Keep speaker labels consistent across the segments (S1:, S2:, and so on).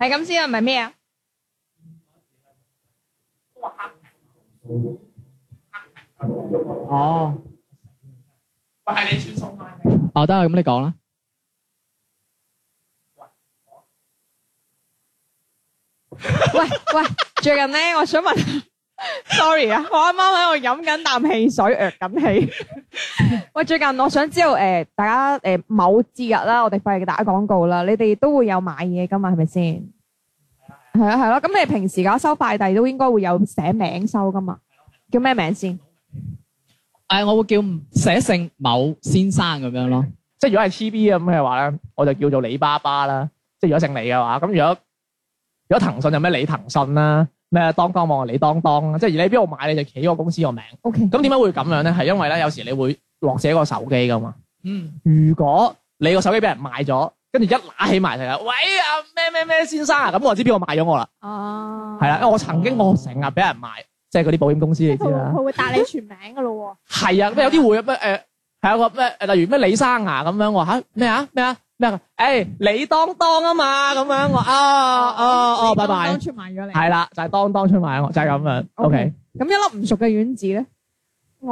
S1: 係咁先啊，唔係咩啊？
S2: 哦，
S3: 喂，係你傳送埋
S2: 哦得啊，咁你講啦。
S1: 喂喂，最近咧，我想問 ，sorry 啊，我啱啱喺度飲緊啖汽水，呃 緊氣。喂，最近我想知道誒、呃大家誒、呃某節日啦，我哋費力打廣告啦，你哋都會有買嘢噶嘛，係咪先？係啊係咯，咁你哋平時搞收快遞都應該會有寫名收噶嘛？叫咩名先？
S2: 誒，我會叫寫姓某先生咁樣咯。
S3: 即係如果係 T B 咁嘅話咧，我就叫做李爸爸啦。即係如果姓李嘅話，咁如果如果騰訊就咩李騰訊啦，咩當當網就啊李當當啦。即係你喺邊度買你就企嗰個公司個名。
S1: O K，
S3: 咁點解會咁樣咧？係因為咧有時你會落自己個手機噶嘛。
S2: 嗯，
S3: 如果你個手機俾人賣咗，跟住一揦起埋就係喂啊咩咩咩先生啊，咁我就知邊個賣咗我啦。
S1: 哦，
S3: 係啦，因為我曾經我成日俾人賣，即係嗰啲保險公司你知
S4: 佢
S3: 啦。
S4: 佢會答你全名噶咯
S3: 係啊，咩有啲會咩誒係有個咩誒例如咩李生牙咁樣喎嚇咩啊咩啊咩啊誒李當當啊嘛咁樣我啊哦哦拜拜
S1: 當出賣咗你。
S3: 係啦，就係當當出賣我就係咁樣 OK
S1: 咁一粒唔熟嘅丸子咧，
S4: 喎。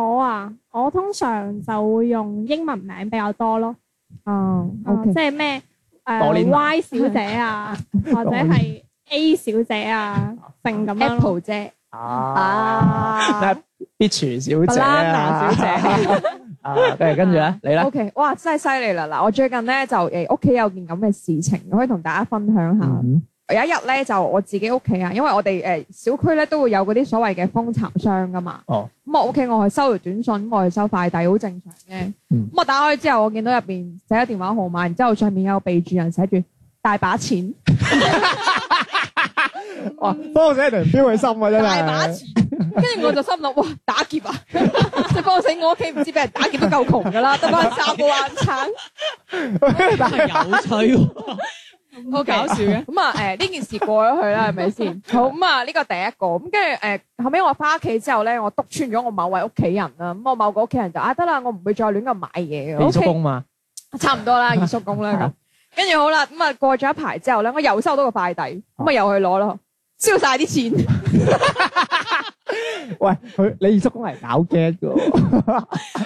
S4: 我啊，我通常就會用英文名比較多咯，
S1: 哦
S4: 啊
S1: ，O
S4: 即
S1: K，
S4: 係咩
S3: 羅蓮
S4: 誒 Y 小姐 啊，或者係 A 小姐啊，成咁樣咯。
S1: Apple 姐
S3: 啊，必廚小姐啊
S1: Banana 小姐。
S3: 啊，跟住跟住咧 你咧
S1: O K，哇，真係犀利啦！嗱，我最近咧就誒屋企有件咁嘅事情，可以同大家分享下。
S3: 嗯
S1: 有一日咧就我自己屋企啊，因為我哋誒、呃小區咧都會有嗰啲所謂嘅封插箱噶嘛。
S3: 哦。
S1: 咁我屋企我去收條短信，咁我去收快遞，好正常嘅。咁、
S3: 嗯
S1: 我打開之後，我見到入邊寫咗電話號碼，然之後上面有個備註人寫住大把錢，
S3: 哇，幫寫條標佢心啊真
S1: 大把錢。跟住我就心諗，哇，打劫啊！ 即係幫死我屋企，唔知俾人打劫都夠窮噶啦，得翻三個眼撐。
S2: 真係有趣喎。
S1: 好
S2: 搞笑 嘅。
S1: 咁啊，誒呢件事過咗去啦，係咪先？好咁啊，呢個第一個咁，跟住誒後尾我翻屋企之後咧，我督穿咗我某位屋企人啦。咁我某個屋企人就啊得啦，我唔會再亂咁買嘢嘅。
S3: 李
S1: O
S3: 叔
S1: K，
S3: 公嘛，
S1: 差唔多啦，二叔公啦咁。跟住好啦，咁啊過咗一排之後咧，我又收到個快遞，咁啊又去攞咯，燒晒啲錢。
S3: 喂佢你二叔公係搞 get 嘅，
S1: 我覺得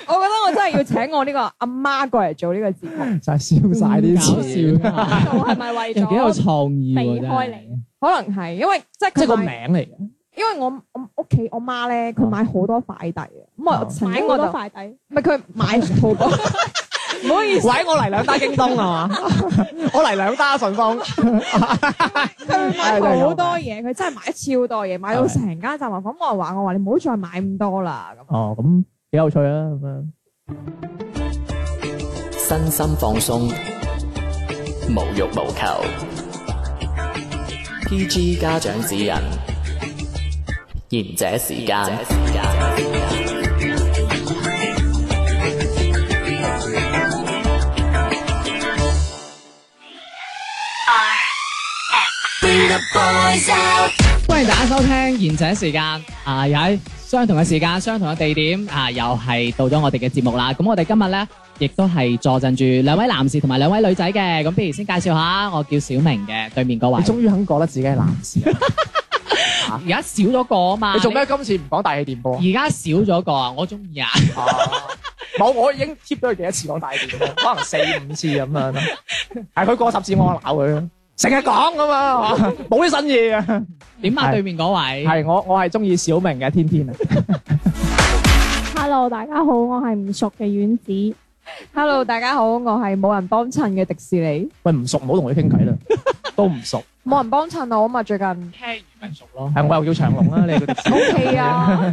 S1: 我真係要請我呢個阿媽過嚟做呢個節目，
S3: 就係燒晒啲
S2: 搞
S3: 錢，
S2: 笑啊，
S4: 做係咪為
S2: 又幾有
S4: 咗
S2: 創意喎，
S4: 避
S2: 真
S4: 開
S2: 係。
S4: 你？
S1: 可能係因為即係
S3: 即係
S1: 佢
S3: 個
S1: 買
S3: 名嚟嘅。
S1: 因為我我屋企我媽咧，佢買好多快遞啊，咁
S3: 啊
S1: 我曾
S4: 買
S1: 經
S4: 好
S1: 我就
S4: 多快遞，
S1: 唔係佢買淘寶，唔好意思，
S3: 喂，我嚟兩打京東 啊嘛，我嚟兩打順豐。
S1: 佢買好多嘢，佢真係買超多嘢，買到成間雜物房。我話我話你唔好再買咁多啦，咁
S3: 哦，咁幾有趣啊咁樣。
S5: 身心放鬆，無欲無求。PG 家長指引，賢者時間。
S2: 歡迎大家收聽賢者時間啊！又喺相同嘅時間、相同嘅地點啊，又係到咗我哋嘅節目啦。咁我哋今日咧，亦都係坐陣住兩位男士同埋兩位女仔嘅。咁不如先介紹下，我叫小明嘅，對面嗰
S3: 你
S2: 位。
S3: 終於肯覺得自己係男士啊！
S2: 而家少咗個啊嘛。
S3: 你做咩今次唔講大氣 電波啊
S2: 你？而家少咗個啊，我中意 啊。
S3: 哦冇，我已經貼咗佢幾多次講大氣電波， 可能四五次咁樣啦。 係佢過十次我鬧佢啦，成日講噶嘛， 冇啲新嘢啊。
S2: 點啊？
S3: 係
S2: 對面嗰位。
S3: 係我我係中意小明嘅天天啊。
S4: Hello，大家好，我係唔熟嘅丸子。
S1: Hello，大家好，我係冇人幫襯嘅迪士尼，
S3: 喂，唔熟唔好同佢傾 偈啦，都唔熟。
S1: 冇人幫襯我啊嘛，最近
S3: 係我又叫長龍啦，你個
S1: O K 啊，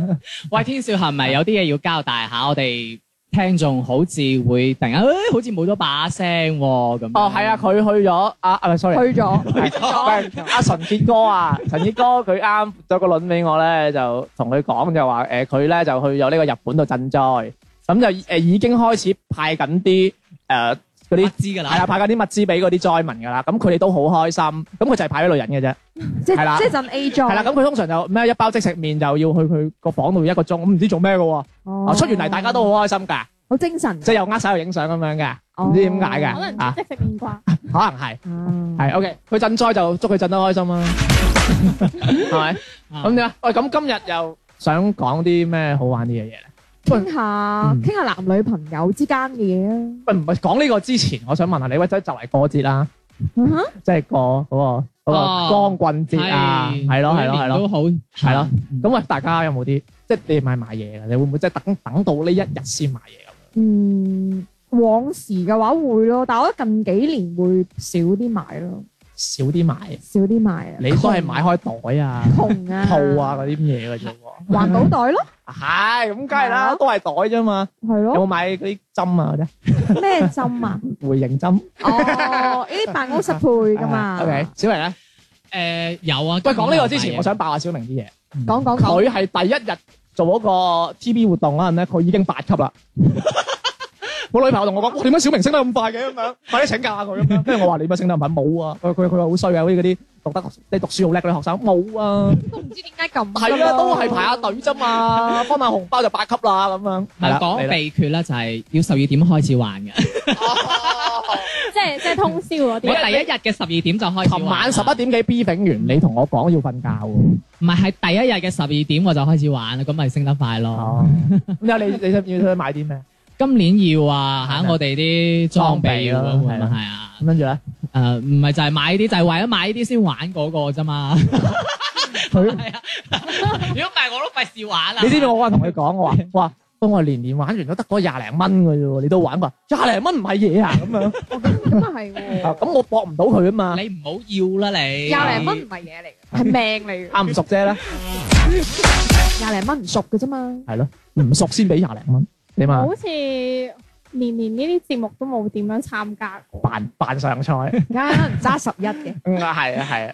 S2: 喂，天少係咪有啲嘢要交代下？我哋聽眾好似會突然間，誒好似冇咗把聲喎咁樣。
S3: 哦，係啊，佢去咗啊啊唔係
S1: 去
S3: ，sorry。
S1: 咗，
S3: 唔係阿陳傑哥 啊，陳傑哥佢啱咗個輪俾我咧，就同佢講就話誒，佢、咧就去咗呢個日本度賑災，咁就誒、已經開始派緊啲誒嗰
S2: 你
S3: 啲
S2: 知㗎
S3: 係啊
S2: 啦
S3: 啦，。派緊啲物資俾嗰啲災民㗎啦，咁佢哋都好開心，咁佢就係派俾女人嘅啫，
S1: 即即
S3: 係啦
S1: 陣 A 座，
S3: 係啦，咁佢通常就咩一包即食麵就要去佢個房度一個鐘，咁唔知做咩嘅喎，啊
S1: 哦
S3: 出完嚟大家都好開心㗎，
S1: 好精神，
S3: 即係又握手又影相咁樣 嘅，唔知點解
S1: 哦
S4: 可
S3: 嘅
S4: 能
S3: 啊，
S4: 即食面啩。
S3: 可能係
S1: 啊
S3: 係 OK，佢震災就祝佢震得開心啦，
S2: 你
S3: 係咪？咁點啊？喂，咁今日又想講啲咩好玩啲嘅嘢咧？
S1: 傾下
S3: 嗯
S1: 傾下男女朋友之間嘅嘢啊
S3: 喂，唔係講呢個之前，我想問下你，喂，即係就嚟過節啦，
S1: 嗯哼，
S3: 即係過嗰個嗰
S2: 哦
S3: 個光棍節啊，係咯係咯係咯。
S2: 都好啊
S3: 係
S2: 係
S3: 咯。咁喂，大家有冇啲即係你買買嘢嘅？你會唔會即係等等到呢一日先買嘢咁？
S1: 嗯，往時嘅話會咯，但我覺得近幾年會少啲買咯，
S3: 少啲買，
S1: 少啲買啊。
S3: 你都係買開袋啊、
S1: 窮啊，
S3: 套啊嗰啲嘢嘅啫喎。
S1: 環保袋咯，
S3: 係咁，梗係啦，都係袋啫嘛。
S1: 係
S3: 有冇
S1: 咯，
S3: 買嗰啲針啊嗰啲
S1: 咩針 啊？
S3: 回形針
S1: 哦，呢啲辦公室配噶嘛。
S3: 啊？OK，小明咧，
S2: 誒有啊。
S3: 喂，講呢個之前，我想爆下小明啲嘢。
S1: 講講講，
S3: 佢係第一日做嗰個 TV 活動嗰陣咧，佢已經八級 啦。我女朋友同我講：哇，點解小明升得咁快嘅咁樣？快啲請教下佢咁樣。跟住我話：你點解升得咁快？冇啊！佢佢佢話好衰啊！好似嗰啲讀得即係讀書好叻嗰啲學生，冇啊！
S1: 都唔知點解咁。
S3: 係啊，都係排下隊啫 嘛，分下紅包就八級啦咁樣。
S2: 唔係講秘訣咧，就係要十二點開始玩嘅。
S4: 即係即係通宵嗰
S2: 我
S4: 啲。
S2: 第一日嘅十二點就開始玩啦。
S3: 琴晚十一點幾 B 炳完，你同我講要瞓覺喎。
S2: 唔係係第一日嘅十二點我就開始玩啦，咁咪升得快咯。
S3: 哦，咁你你你要買啲咩？
S2: 今年要啊
S3: 係
S2: 嚇
S3: 啊
S2: 我哋啲裝備要啊
S3: 裝備咯
S2: 換
S3: 係
S2: 啊，係啊，
S3: 咁跟住 咧，
S2: 誒唔係就係買啲，就係為咗買啲先玩嗰個啫嘛。
S3: 佢
S2: 如果唔係我都費事玩啊啦。
S3: 你知唔知我嗰日同佢講，我 話哇，我話年年玩完都得嗰廿零蚊嘅啫喎，你都玩過廿零蚊唔係嘢啊咁 樣。
S1: 咁啊係喎
S3: 啊，咁我搏唔到佢啊嘛，
S2: 你唔好要啦你。
S1: 廿零蚊唔係嘢嚟嘅，係命嚟嘅。
S3: 啊啱唔熟啫啦，
S1: 廿零蚊唔熟嘅啫嘛。
S3: 係咯，唔熟先俾廿零蚊，你嘛
S4: 好似年年呢啲節目都冇點樣參加過。
S3: 扮扮上菜，
S1: 啱揸十一嘅，
S3: 嗯啊係啊係啊，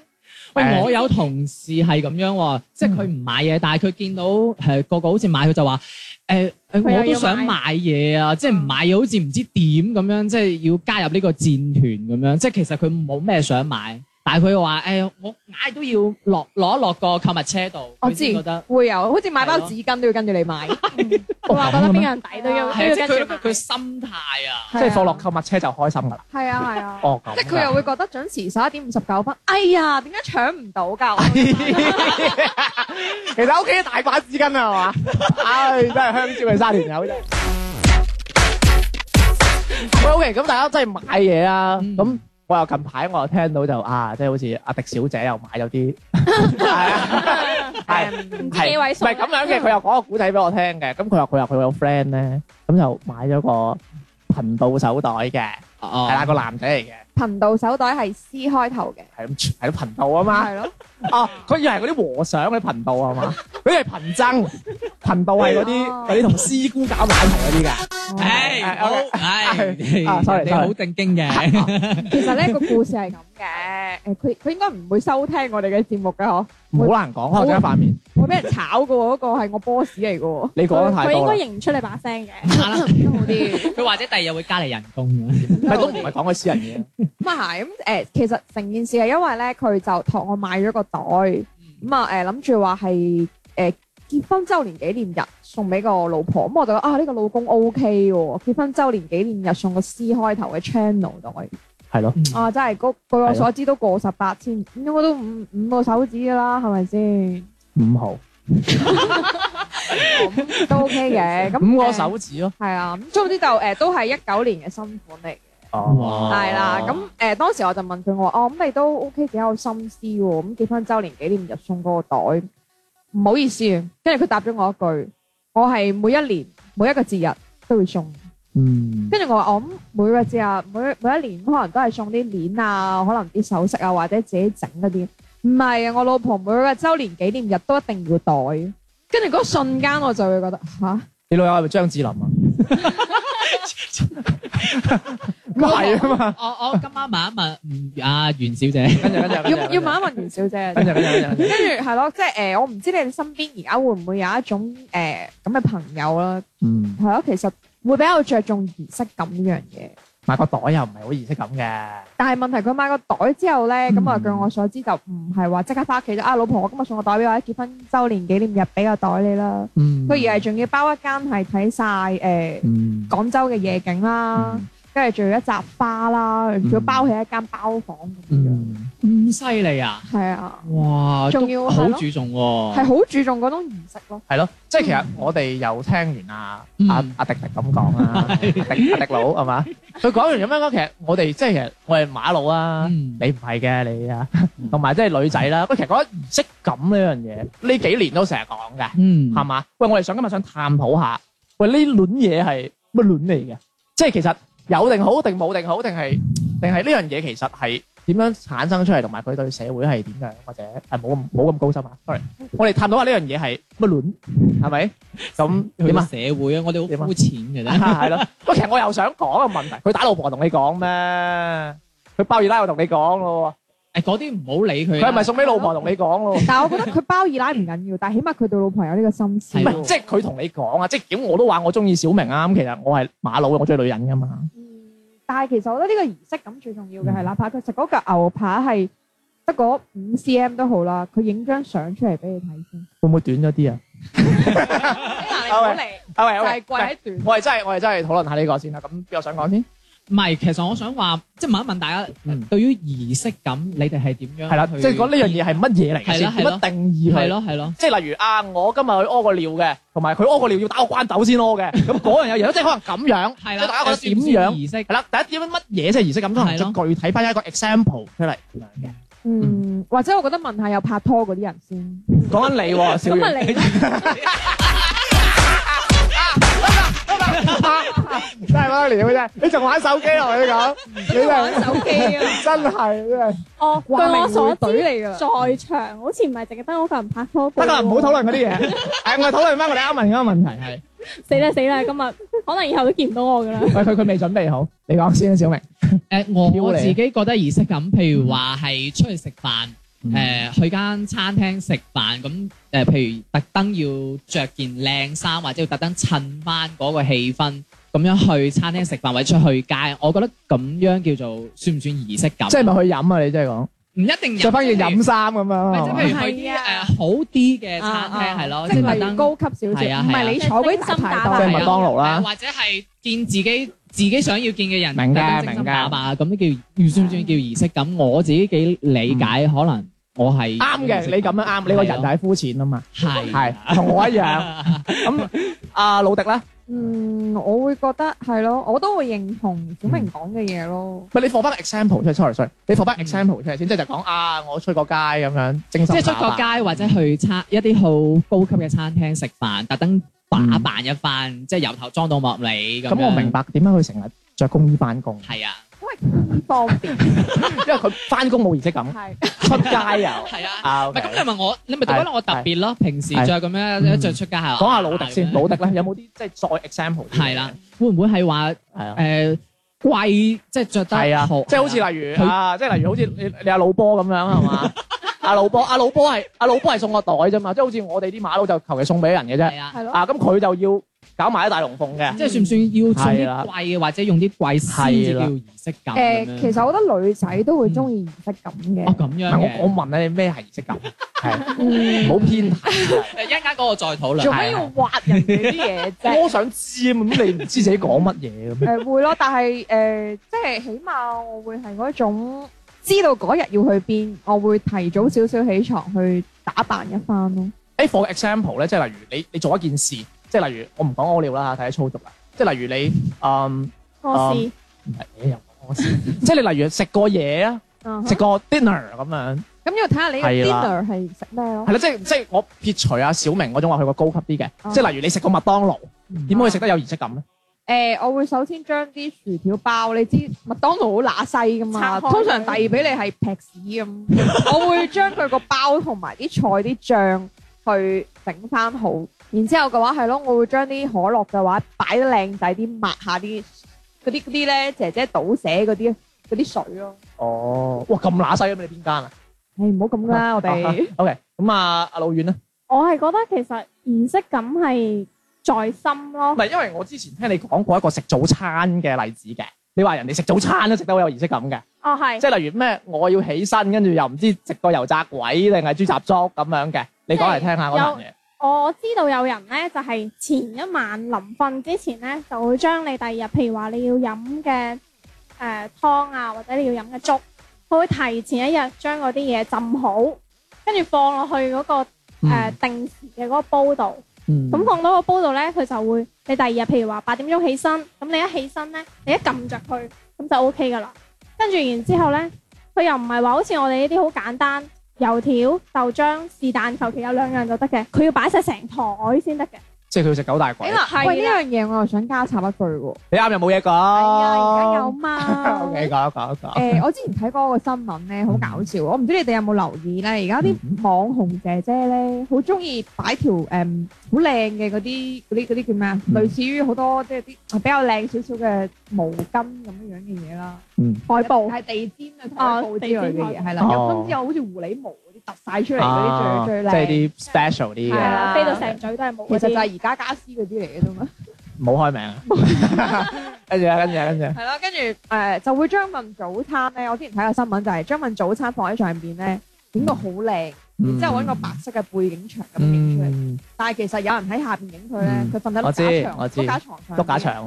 S2: 喂，
S3: 誒
S2: 我有同事係咁樣喎，即係佢
S3: 嗯
S2: 唔買嘢，但係佢見到誒個個好似買，佢就話誒誒，
S4: 佢又要
S2: 我都想買嘢啊！即係唔買嘢好似唔知點咁樣，即係要加入呢個戰團咁樣。即係其實佢冇咩想買，但係佢話誒，我嗌都要落攞一落個購物車度，
S1: 我
S2: 佢
S1: 知
S2: 先覺得
S1: 會有，好似買包紙巾都要跟住你買，
S3: 哦
S4: 佢
S3: 啊
S4: 話覺得邊個人抵都
S1: 我
S4: 要都
S2: 係啊
S4: 要
S2: 即係
S4: 跟住
S2: 佢
S4: 買
S2: 佢心態啊，
S3: 即係放落購物車就開心噶啦，
S1: 係啊 係啊，
S3: 哦咁，
S1: 即係佢又會覺得準時十一點五十九分，哎呀，點解搶唔到㗎？
S3: 其實屋企大把紙 巾啊，係嘛？唉，真係香蕉嘅沙田友啫。喂，OK，咁大家真係買嘢啊！
S2: 嗯
S3: 咁我又 近排我又聽到就啊，即係好似阿迪小姐又買咗啲，係啊，係
S4: 唔知
S3: 係
S4: 幾位數
S3: 唔係咁樣嘅，佢又講個古仔俾我聽嘅。咁佢話佢話佢有 friend 咧，咁就買咗個頻道手袋嘅，
S2: 哦
S3: 係啦，個男仔嚟嘅，
S1: 頻道手袋係 C 開頭嘅，
S3: 係咁係咯頻道啊嘛。
S1: 係咯，
S3: 哦，佢以為係嗰啲和尚嗰啲頻道係嘛？佢係貧僧，頻道係嗰啲
S1: 哦
S3: 嗰啲同師姑搞埋一齊嗰啲㗎。
S2: 唉，好，唉，
S3: 啊，sorry，
S2: 你好
S3: sorry
S2: 正經 嘅。
S1: 其實咧個故事係咁 嘅，誒佢佢應該唔會收聽我哋嘅節目㗎嗬，
S3: 唔好難講，可能真係塊面。
S1: 會俾人炒㗎喎，嗰個係我 boss 嚟㗎喎，
S3: 你講得
S4: 佢
S3: 太
S4: 佢應
S3: 多啦
S4: 該，認唔出你把聲嘅。
S1: 都好啲。
S2: 佢或者第二日會加你人工嘅。
S3: 唔係都唔係講佢私人嘢。
S1: 咁啊係，咁誒其實成件事係因為咧，佢就託我買咗個袋，咁啊誒諗住話係誒結婚周年紀念日送俾個老婆，咁我就覺得啊呢、個老公 O K 喎，結婚周年紀念日送個 C 開頭嘅 channel 袋，
S3: 係咯，
S1: 啊真係嗰據我所知都過十八千，應該都五五個手指噶啦，係咪 先？哦
S3: 五號
S1: 都 O K 嘅，咁
S3: 五個
S1: 誒
S3: 手指咯。
S1: 係啊，咁總之就誒、都係一九年嘅新款嚟。
S2: 哦
S1: 係啦，咁誒、當時我就問佢，我話哦，咁你都 OK 幾有心思喎，咁結婚周年紀念日送嗰個袋，唔好意思，跟住佢答咗我一句，我係每一年每一個節日都會送，
S3: 嗯，
S1: 跟住我話哦，咁每個節日每每一年可能都係送啲鏈啊，可能啲首飾啊，或者自己整嗰啲，唔係啊，我老婆每個周年紀念日都一定要袋，跟住嗰瞬間我就會覺得吓，
S3: 你老友係咪張智霖啊？咁係啊嘛，
S2: 我我今晚問一問嗯阿袁小姐，
S3: 跟住跟住
S1: 要要問一問袁小姐。
S3: 跟住跟住跟住，
S1: 跟住係咯，即係誒、呃我唔知你哋身邊而家會唔會有一種誒咁嘅朋友啦，
S3: 嗯，
S1: 係咯，其實會比較着重儀式感呢樣嘢。
S3: 買個袋又唔係好儀式感嘅。
S1: 但係問題佢買個袋之後咧，咁
S3: 嗯
S1: 啊、據我所知就唔係話即刻翻屋企就啊，老婆我今日送個袋俾我，結婚周年紀念日俾個袋你啦。
S3: 嗯
S1: 佢而係仲要包一間係睇晒誒
S3: 嗯
S1: 廣州嘅夜景啦，跟住仲有一扎花啦，仲要包起一間包房咁樣，
S3: 嗯，
S2: 咁犀利啊！
S1: 係啊，
S2: 哇，
S1: 仲
S2: 都
S1: 要係
S2: 好
S1: 咯
S2: 注重
S1: 係
S2: 喎，
S1: 好注重嗰種儀式咯。
S3: 係咯，即係其實我哋又聽完啊
S2: 嗯
S3: 阿阿迪迪咁 講啦，阿迪阿迪佬係嘛？佢講完咁樣講，其實我哋即係其實我哋馬佬啊，
S2: 嗯
S3: 你唔係嘅你啊，同埋即係女仔啦。喂，其實講儀式感呢樣嘢，呢幾年都成日講嘅。
S2: 嗯
S3: 係嘛？喂，我哋想今日想探討下，喂呢攣嘢係乜攣嚟嘅？即係其實有定好定冇定好定係定係呢樣嘢其實係點樣產生出嚟，同埋佢對社會係點樣，或者係冇咁冇咁高深啊？sorry，我哋探討下呢樣嘢係乜攣係咪？咁
S2: 去
S3: 點
S2: 到
S3: 啊？
S2: 社會啊，我哋
S3: 點啊
S2: 好膚淺嘅 啫。
S3: 係咯，喂，其實我又想講個問題，佢打老婆同你講咩？佢包二奶我同你講咯
S2: 誒，嗰啲唔好理
S3: 喎，
S2: 佢啊
S3: 佢
S2: 啦。
S3: 係咪送俾老婆同你講咯喎？
S1: 但係我覺得佢包二奶唔緊要，但係起碼佢對老婆有呢個心思
S2: 係
S3: 唔
S1: 咯。
S2: 喎
S3: 係，即係佢同你講啊，即係點我都話我中意小明啊，咁其實我係馬佬嘅，我中意女人噶嘛。
S1: 但係其實我覺得呢個儀式感最重要嘅係，哪怕佢食嗰嚿牛扒係得嗰五 cm 都好啦，佢影張相出嚟俾你睇先。
S3: 會唔會短咗啲啊？
S1: 嗱，
S3: 你唔好
S1: 嚟，
S3: 啊喂，
S1: 係跪喺段。
S3: 我哋真係我哋真係討論下呢個先啦。咁邊個想講先？
S2: 唔係，其實我想話，即係問一問大家，
S3: 嗯
S2: 對於儀式感，你哋係點樣？
S3: 係啦，即係講呢樣嘢係乜嘢嚟嘅先？
S2: 係啦
S3: 點
S2: 係啦
S3: 樣定義
S2: 係
S3: 佢？
S2: 咯係咯，
S3: 即係例如啊，我今日去屙個尿嘅，同埋佢屙個尿要打個關斗先屙 嘅，咁嗰樣有嘢，即係可能咁樣，
S2: 係
S3: 即係
S2: 啦。
S3: 大家覺得
S2: 算唔
S3: 點
S2: 算
S3: 樣？
S2: 儀式？
S3: 係啦，第一點乜嘢即係儀式感，都能
S2: 係
S3: 再具體翻一個 example 出嚟。
S1: 嗯，或者我覺得問下有拍拖嗰啲人先。
S3: 講緊你喎，小
S1: 咁
S3: 圓
S1: 啊，你咯
S3: 真係玩得聊嘅啫，你仲玩手機啊？我同你講，你真
S1: 玩手機啊！
S3: 真係真係，
S4: 哦，據
S1: 哇
S4: 我所
S1: 明
S4: 知，
S1: 會懟你㗎
S4: 在場好似唔係淨係得我一個人拍拖。
S3: 不過唔好討論嗰啲嘢。 係我哋討論翻我哋啱問嗰個問題係，
S4: 死啦死啦！今日 可能以後都見唔到我㗎啦。
S3: 喂佢佢未準備好，你講先啊，小明。
S2: 誒，呃
S3: 挑
S2: 我
S3: 你
S2: 自己覺得儀式感，譬如話係出去食飯，誒去間餐廳食飯，咁誒譬如特登要着件靚衫，或者要特登襯翻嗰個氣氛，咁樣去餐廳食飯或者出去街，我覺得咁樣叫做算唔算儀式感？
S3: 即係咪去飲啊？你真係講
S2: 唔一定
S3: 着翻件
S2: 飲。
S3: 飲衫咁樣
S2: 或者
S3: 係
S2: 譬
S3: 嘛，
S2: 如去啲呃
S4: 係啊
S2: 誒好啲嘅餐
S1: 啊
S2: 廳係咯，
S1: 即
S2: 係
S1: 係
S2: 特
S1: 例如
S2: 登
S1: 高級少
S2: 係
S1: 少，
S2: 啊
S1: 唔
S2: 係啊
S1: 係你坐嗰啲大排檔
S3: 即
S2: 係
S3: 係
S2: 啊
S3: 麥當勞
S2: 誒
S3: 啦。
S2: 或者係見自己自己想要見嘅人，
S3: 明㗎
S2: 特登精心
S3: 明㗎嗯
S2: 打扮咁都叫算唔算叫儀式感？我自己幾理解，可能我係
S3: 啱嘅，你咁樣啱，你個人就係膚淺啊嘛，
S2: 係啊
S3: 係同我一樣。咁阿老迪咧，
S1: 嗯，我會覺得係咯，我都會認同小明講嘅嘢咯。
S3: 咪你放翻 example 出嚟，sorry sorry，你放翻 example 出嚟先，即係就講啊，我出過街咁樣，
S2: 即
S3: 精心
S2: 係出
S3: 打
S2: 個
S3: 扮
S2: 街或者去餐一啲好高級嘅餐廳食飯，特登打扮一番，即係由頭裝到落尾咁樣。
S3: 嗯咁我明白點解佢成日着工衣 翻工，
S2: 係啊，
S1: 呢方面
S3: 因為佢翻工冇儀式感，
S1: 係
S3: 出街又
S2: 係啊。
S3: 啊。
S2: 唔係
S3: OK
S2: 咁，你問我，你咪覺得我特別咯？平時着咁樣
S3: 係
S2: 一着出街係
S3: 講下老迪先，老迪咧有冇啲即係再 example？啲嘢
S2: 係啦，，會唔會係話
S3: 係啊。
S2: 誒貴，呃即係着得
S3: 係啊，即係好似
S2: 係啊
S3: 例如
S2: 佢
S3: 啊，即係例如好似你你阿老波咁樣係嘛？阿老波阿老波係阿老波係送個袋啫嘛，即係好似我哋啲馬佬就求其送俾人嘅啫。
S2: 係啊，
S1: 係咯，
S3: 啊，咁佢就要搞埋一大龍鳳嘅。
S2: 即係算唔算要
S3: 係
S2: 送
S3: 啦
S2: 啲貴嘅，或者用啲貴先至
S3: 係
S2: 叫
S3: 啦
S2: 儀式感咁樣
S1: 呃誒，其實我覺得女仔都會中意儀式感嘅。
S2: 哦咁樣
S3: 唔係
S2: 嘅，
S3: 我我
S2: 我
S3: 問你咩係儀式感？係
S1: 嗯
S3: 冇偏題。
S2: 一陣間嗰個再
S3: 哦
S2: 討論。
S1: 做
S3: 啊
S1: 咩要挖人哋啲嘢 啫？
S3: 我想知啊嘛，咁你唔知自己講乜嘢咁樣。
S1: 誒會咯，但係誒，即係起碼我會係嗰種知道嗰日要去邊，我會提早少少起床去打扮一番咯。
S3: 誒，for example 咧，即係例如你你做一件事，即係例如我唔講屙尿啦，睇下粗俗啦。即係例如你嗯
S4: 我是
S3: 誒又講屙屎即係你例如食過嘢啊，
S1: 嗯
S3: 食
S1: 哼
S3: 個 dinner 咁樣。
S1: 咁要睇下你嘅
S3: 係啦
S1: dinner 係食咩咯
S3: 係？啦，即係即係我撇除阿小明嗰種話去過高級啲嘅，
S1: 啊
S3: 即係例如你食過麥當勞，點可以食得有儀式感咧？
S1: 誒、我會首先將啲薯條包，你知麥當勞好乸西噶嘛，
S4: 拆開佢
S1: 通常遞俾你係劈屎咁， 我會將佢個包同埋啲菜啲醬去整翻好，然之後嘅話係咯，我會將啲可樂嘅話擺得靚仔啲，抹下啲嗰啲嗰啲咧姐姐倒瀉嗰啲嗰啲水咯。
S3: 哦，哇咁乸西咁，你邊間啊
S1: 唉，唔好咁啦，我哋
S3: ？OK，咁啊阿老遠咧，
S4: 我係覺得其實儀式感係在心
S3: 唔
S4: 咯。
S3: 係因為我之前聽你講過一個食早餐嘅例子嘅，你話人哋食早餐都食得好有儀式感嘅，
S4: 哦，係
S3: 即。係例如咩我要起身，跟住又唔知食個油炸鬼定係豬雜粥咁樣嘅，你講嚟聽下嗰樣嘢。
S4: 我知道有人咧就係前一晚臨瞓之前咧，就會將你第二日，譬如話你要飲嘅誒湯啊，或者你要飲嘅粥，佢會提前一日將嗰啲嘢浸好，跟住放落去嗰、個、呃定時嘅嗰個煲度。
S3: 嗯
S4: 咁放到個煲度咧，佢就會你第二日，譬如話八點鐘起身，咁你一起身咧，你一撳着佢，咁就 O K 噶啦。跟住然之後咧，佢又唔係話好似我哋呢啲好簡單，油條、豆漿、是但求其有兩樣就得嘅，佢要擺晒成台先得嘅。
S3: 即係佢要食九大鬼。
S4: 係
S1: 喂，呢
S4: 啦
S1: 樣嘢我又想加插一句喎。
S3: 你啱又冇嘢講。
S4: 係啊，而家有嘛
S3: O K，講講講。
S1: 誒，我之前睇過一個新聞咧，好搞笑。我唔知你哋有冇留意咧，而家啲
S3: 嗯
S1: 網紅姐姐咧，好中意擺條誒好靚嘅嗰啲嗰啲嗰啲叫咩啊？
S3: 嗯
S1: 類似於好多即係啲比較靚少少嘅毛巾咁樣樣嘅嘢啦，
S3: 嗯
S1: 海報係地氈啊、
S4: 哦
S1: 台布之類嘅嘢，係啦，
S3: 哦
S1: 有分之後好似狐狸毛嗰啲突晒出嚟嗰啲最最靚，
S3: 啊即係啲 special
S1: 係
S3: 啲
S4: 係
S3: 嘅，
S1: 啊
S4: 啊，飛到成嘴都係冇
S1: 其
S4: 嗰
S1: 實就
S4: 啲。
S1: 係而家家私嗰啲嚟嘅啫嘛。
S3: 冇開名 啊。跟住啊，跟住啊，跟住啊。
S1: 係啦，跟住 誒就會將份早餐咧，我之前睇過新聞就係將份早餐放喺上邊咧，影到好靚。然之後揾個白色嘅背景牆咁影出嚟，
S3: 嗯
S1: 但係其實有人喺下邊影佢咧
S3: 嗯，
S1: 佢瞓喺
S3: 我知
S1: 碌架
S3: 我
S1: 床，
S3: 知
S1: 碌架床上，
S3: 碌架，牆啊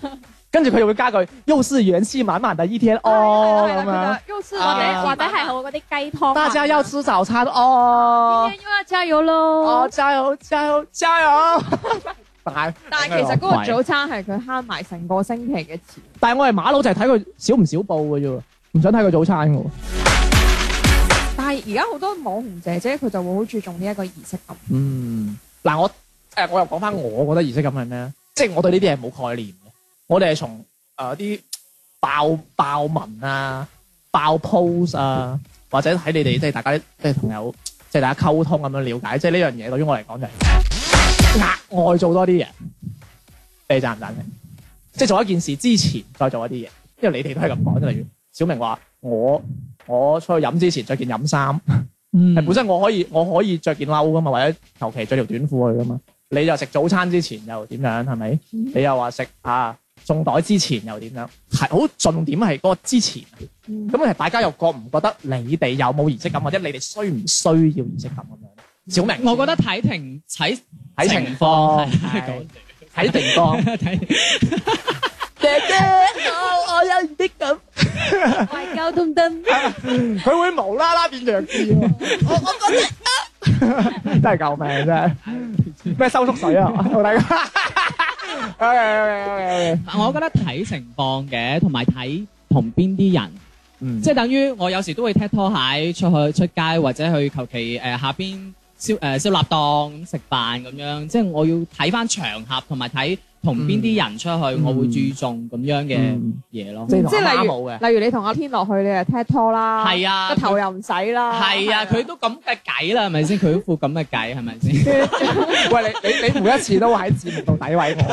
S3: 嘛。跟住佢又會加句，又是元氣滿滿的一天哦
S1: 係
S3: 咁樣。
S1: 啦，又是
S4: 或者
S3: 啊
S4: 或者係好嗰啲雞湯啊。
S3: 大家要吃早餐哦。
S4: 因為啊加油咯
S3: 哦，！加油加油加油！但
S1: 但係其實嗰個早餐係佢慳埋成個星期嘅錢，
S3: 但係我係馬佬就係睇佢少唔少報嘅啫喎，唔想睇佢早餐嘅喎。
S1: 但係而家好多網紅姐姐佢就會好注重呢一個儀式感，
S3: 嗯，嗱我誒、我又講翻我覺得儀式感係咩咧？即係我對呢啲嘢冇概念嘅，我哋係從誒啲爆爆文啊、爆 post 啊，或者睇你哋即係大家即係朋友即係大家溝通咁樣了解，即係呢樣嘢對於我嚟講就係額外做多啲嘢。你贊唔贊成？即係做一件事之前再做一啲嘢，因為你哋都係咁講，例如小明話我我出去飲之前着件飲衫。
S2: 嗯
S3: 係本身我可以我可以着件褸噶嘛，或者求其着條短褲去噶嘛。你就食早餐之前又點樣係咪？你又話食啊送袋之前又點樣？係好重點係嗰個之前。
S1: 嗯
S3: 咁係大家又覺唔覺得你哋有冇儀式感，或者你哋需唔需要儀式感咁樣？小明，
S2: 我覺得睇停睇
S3: 睇情況，係睇情況。
S2: 睇
S3: 姐姐，我我有儀式感。
S4: 喂，交通燈
S3: 佢會無啦啦變弱 智喎！我我覺得真係救命真係咩收縮水啊！我大家 OK OK OK OK，
S2: 我覺得睇情況嘅，同埋睇同邊啲人。
S3: 嗯，
S2: 即
S3: 即
S2: 係等於我有時都會踢拖鞋出去出街，或者去求其誒下邊燒誒、呃、燒臘檔咁食飯咁樣。即係我要睇翻場合同埋睇同邊啲人出去，
S3: 嗯
S2: 我會注重咁樣嘅嘢咯。
S3: 即係
S1: 即係
S3: 例
S1: 例
S3: 如冇嘅，
S1: 例如你同阿天落去，你又踢拖啦，
S2: 係啊
S1: 個頭又唔洗啦，
S2: 係啊，佢都咁嘅計啦，係咪先？佢都副咁嘅計係咪 先？
S3: 喂你你你每一次都喺節目度詆毀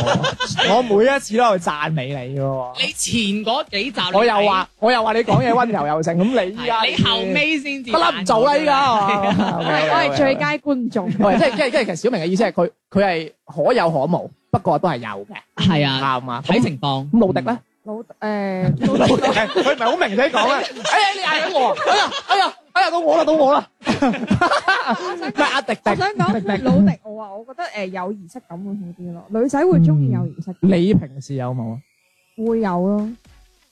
S3: 我，我每一次都係讚美你嘅喎。
S2: 你前嗰幾集你睇
S3: 我又話我又話你講嘢温柔又正，咁你依家
S2: 係你後尾先至
S3: 不嬲唔做啦依家。我
S1: 我係我係最佳觀眾，
S3: 喂，即係即係即係，其實小明嘅意思係佢佢係可有可無，不過都係有嘅，
S2: 係啊，
S3: 啱嘛？
S2: 睇情況。
S3: 咁老迪咧？
S1: 老誒
S3: 老迪，佢唔係好明 仔講啊！哎呀，你嗌緊我啊！哎呀，哎呀，哎呀，到我啦，到我啦！ 唔係阿迪
S1: 我
S3: 迪，
S1: 想講老迪，我話我覺得誒有儀式感會好啲咯，女仔會中意有儀式感，
S3: 你平時有冇啊？
S1: 會有咯。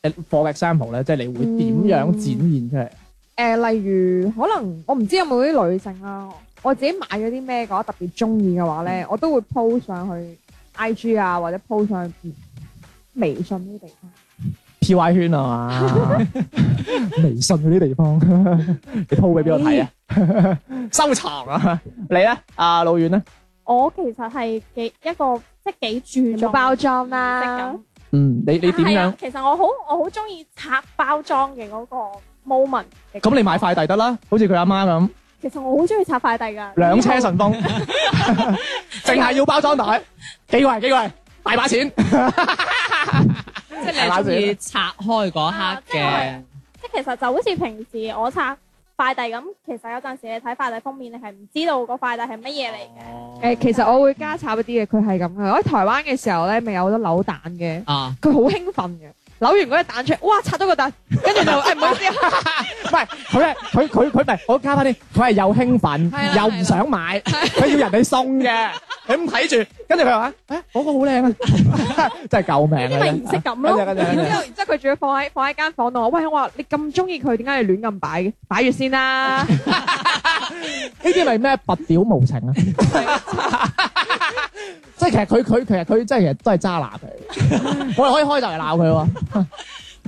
S3: 誒，for example 咧，即係你會點樣展現出嚟？
S1: 誒、例如可能我唔知有冇啲女性啦，我自己買咗啲咩嘅話特別中意嘅話咧，我都會 po 上去 IG 啊，或者 po 上去微信呢啲地方。
S3: P Y 圈啊嘛， 微信嗰啲地方，你鋪俾邊個 睇啊？收藏啊！你咧，阿老遠咧，
S4: 我其實係幾一個即係幾注
S1: 有冇
S4: 重
S1: 包裝啊
S4: 儀式
S1: 啦、
S4: 感
S3: 嗯，你你點
S4: 係
S3: 樣
S4: 啊？？其實我好我好中意拆包裝嘅嗰個 moment 嘅。
S3: 咁你買快遞得啦，好似佢阿媽咁，
S4: 其實我好中意拆快遞㗎。
S3: 兩車順風，淨係要包裝袋，幾貴幾貴，大把錢。
S2: 即係你中意拆開嗰刻嘅
S4: 啊，即係其實就好似平時我拆快遞咁，其實有陣時你睇快遞封面，你係唔知道個快遞係乜嘢嚟嘅。
S1: 誒、其實我會加插一啲嘅，佢係咁嘅。我喺台灣嘅時候咧，咪有好多扭蛋嘅，
S2: 啊，
S1: 佢好興奮嘅，扭完嗰隻蛋出嚟，哇拆咗個蛋，跟住就誒唔好意思啊，
S3: 唔係佢係佢佢佢唔係，我加翻啲，佢係又
S1: 係
S3: 興奮
S1: 啦
S3: 又唔想買，佢要人哋送嘅，你咁睇住，跟住佢話：，誒嗰個好靚啊， 真係救命啊！
S4: 呢啲咪儀式感咯
S3: 真係真係
S1: 然之
S3: 真 係
S1: 後，然之後佢仲要放喺放喺間房度，我喂我話你咁中意佢，點解你亂咁擺嘅？擺住先 啦，
S3: 呢啲咪咩拔屌無 情啊！即係其實佢佢其實佢真係其實都係渣男嚟，我哋可以開就嚟鬧佢喎。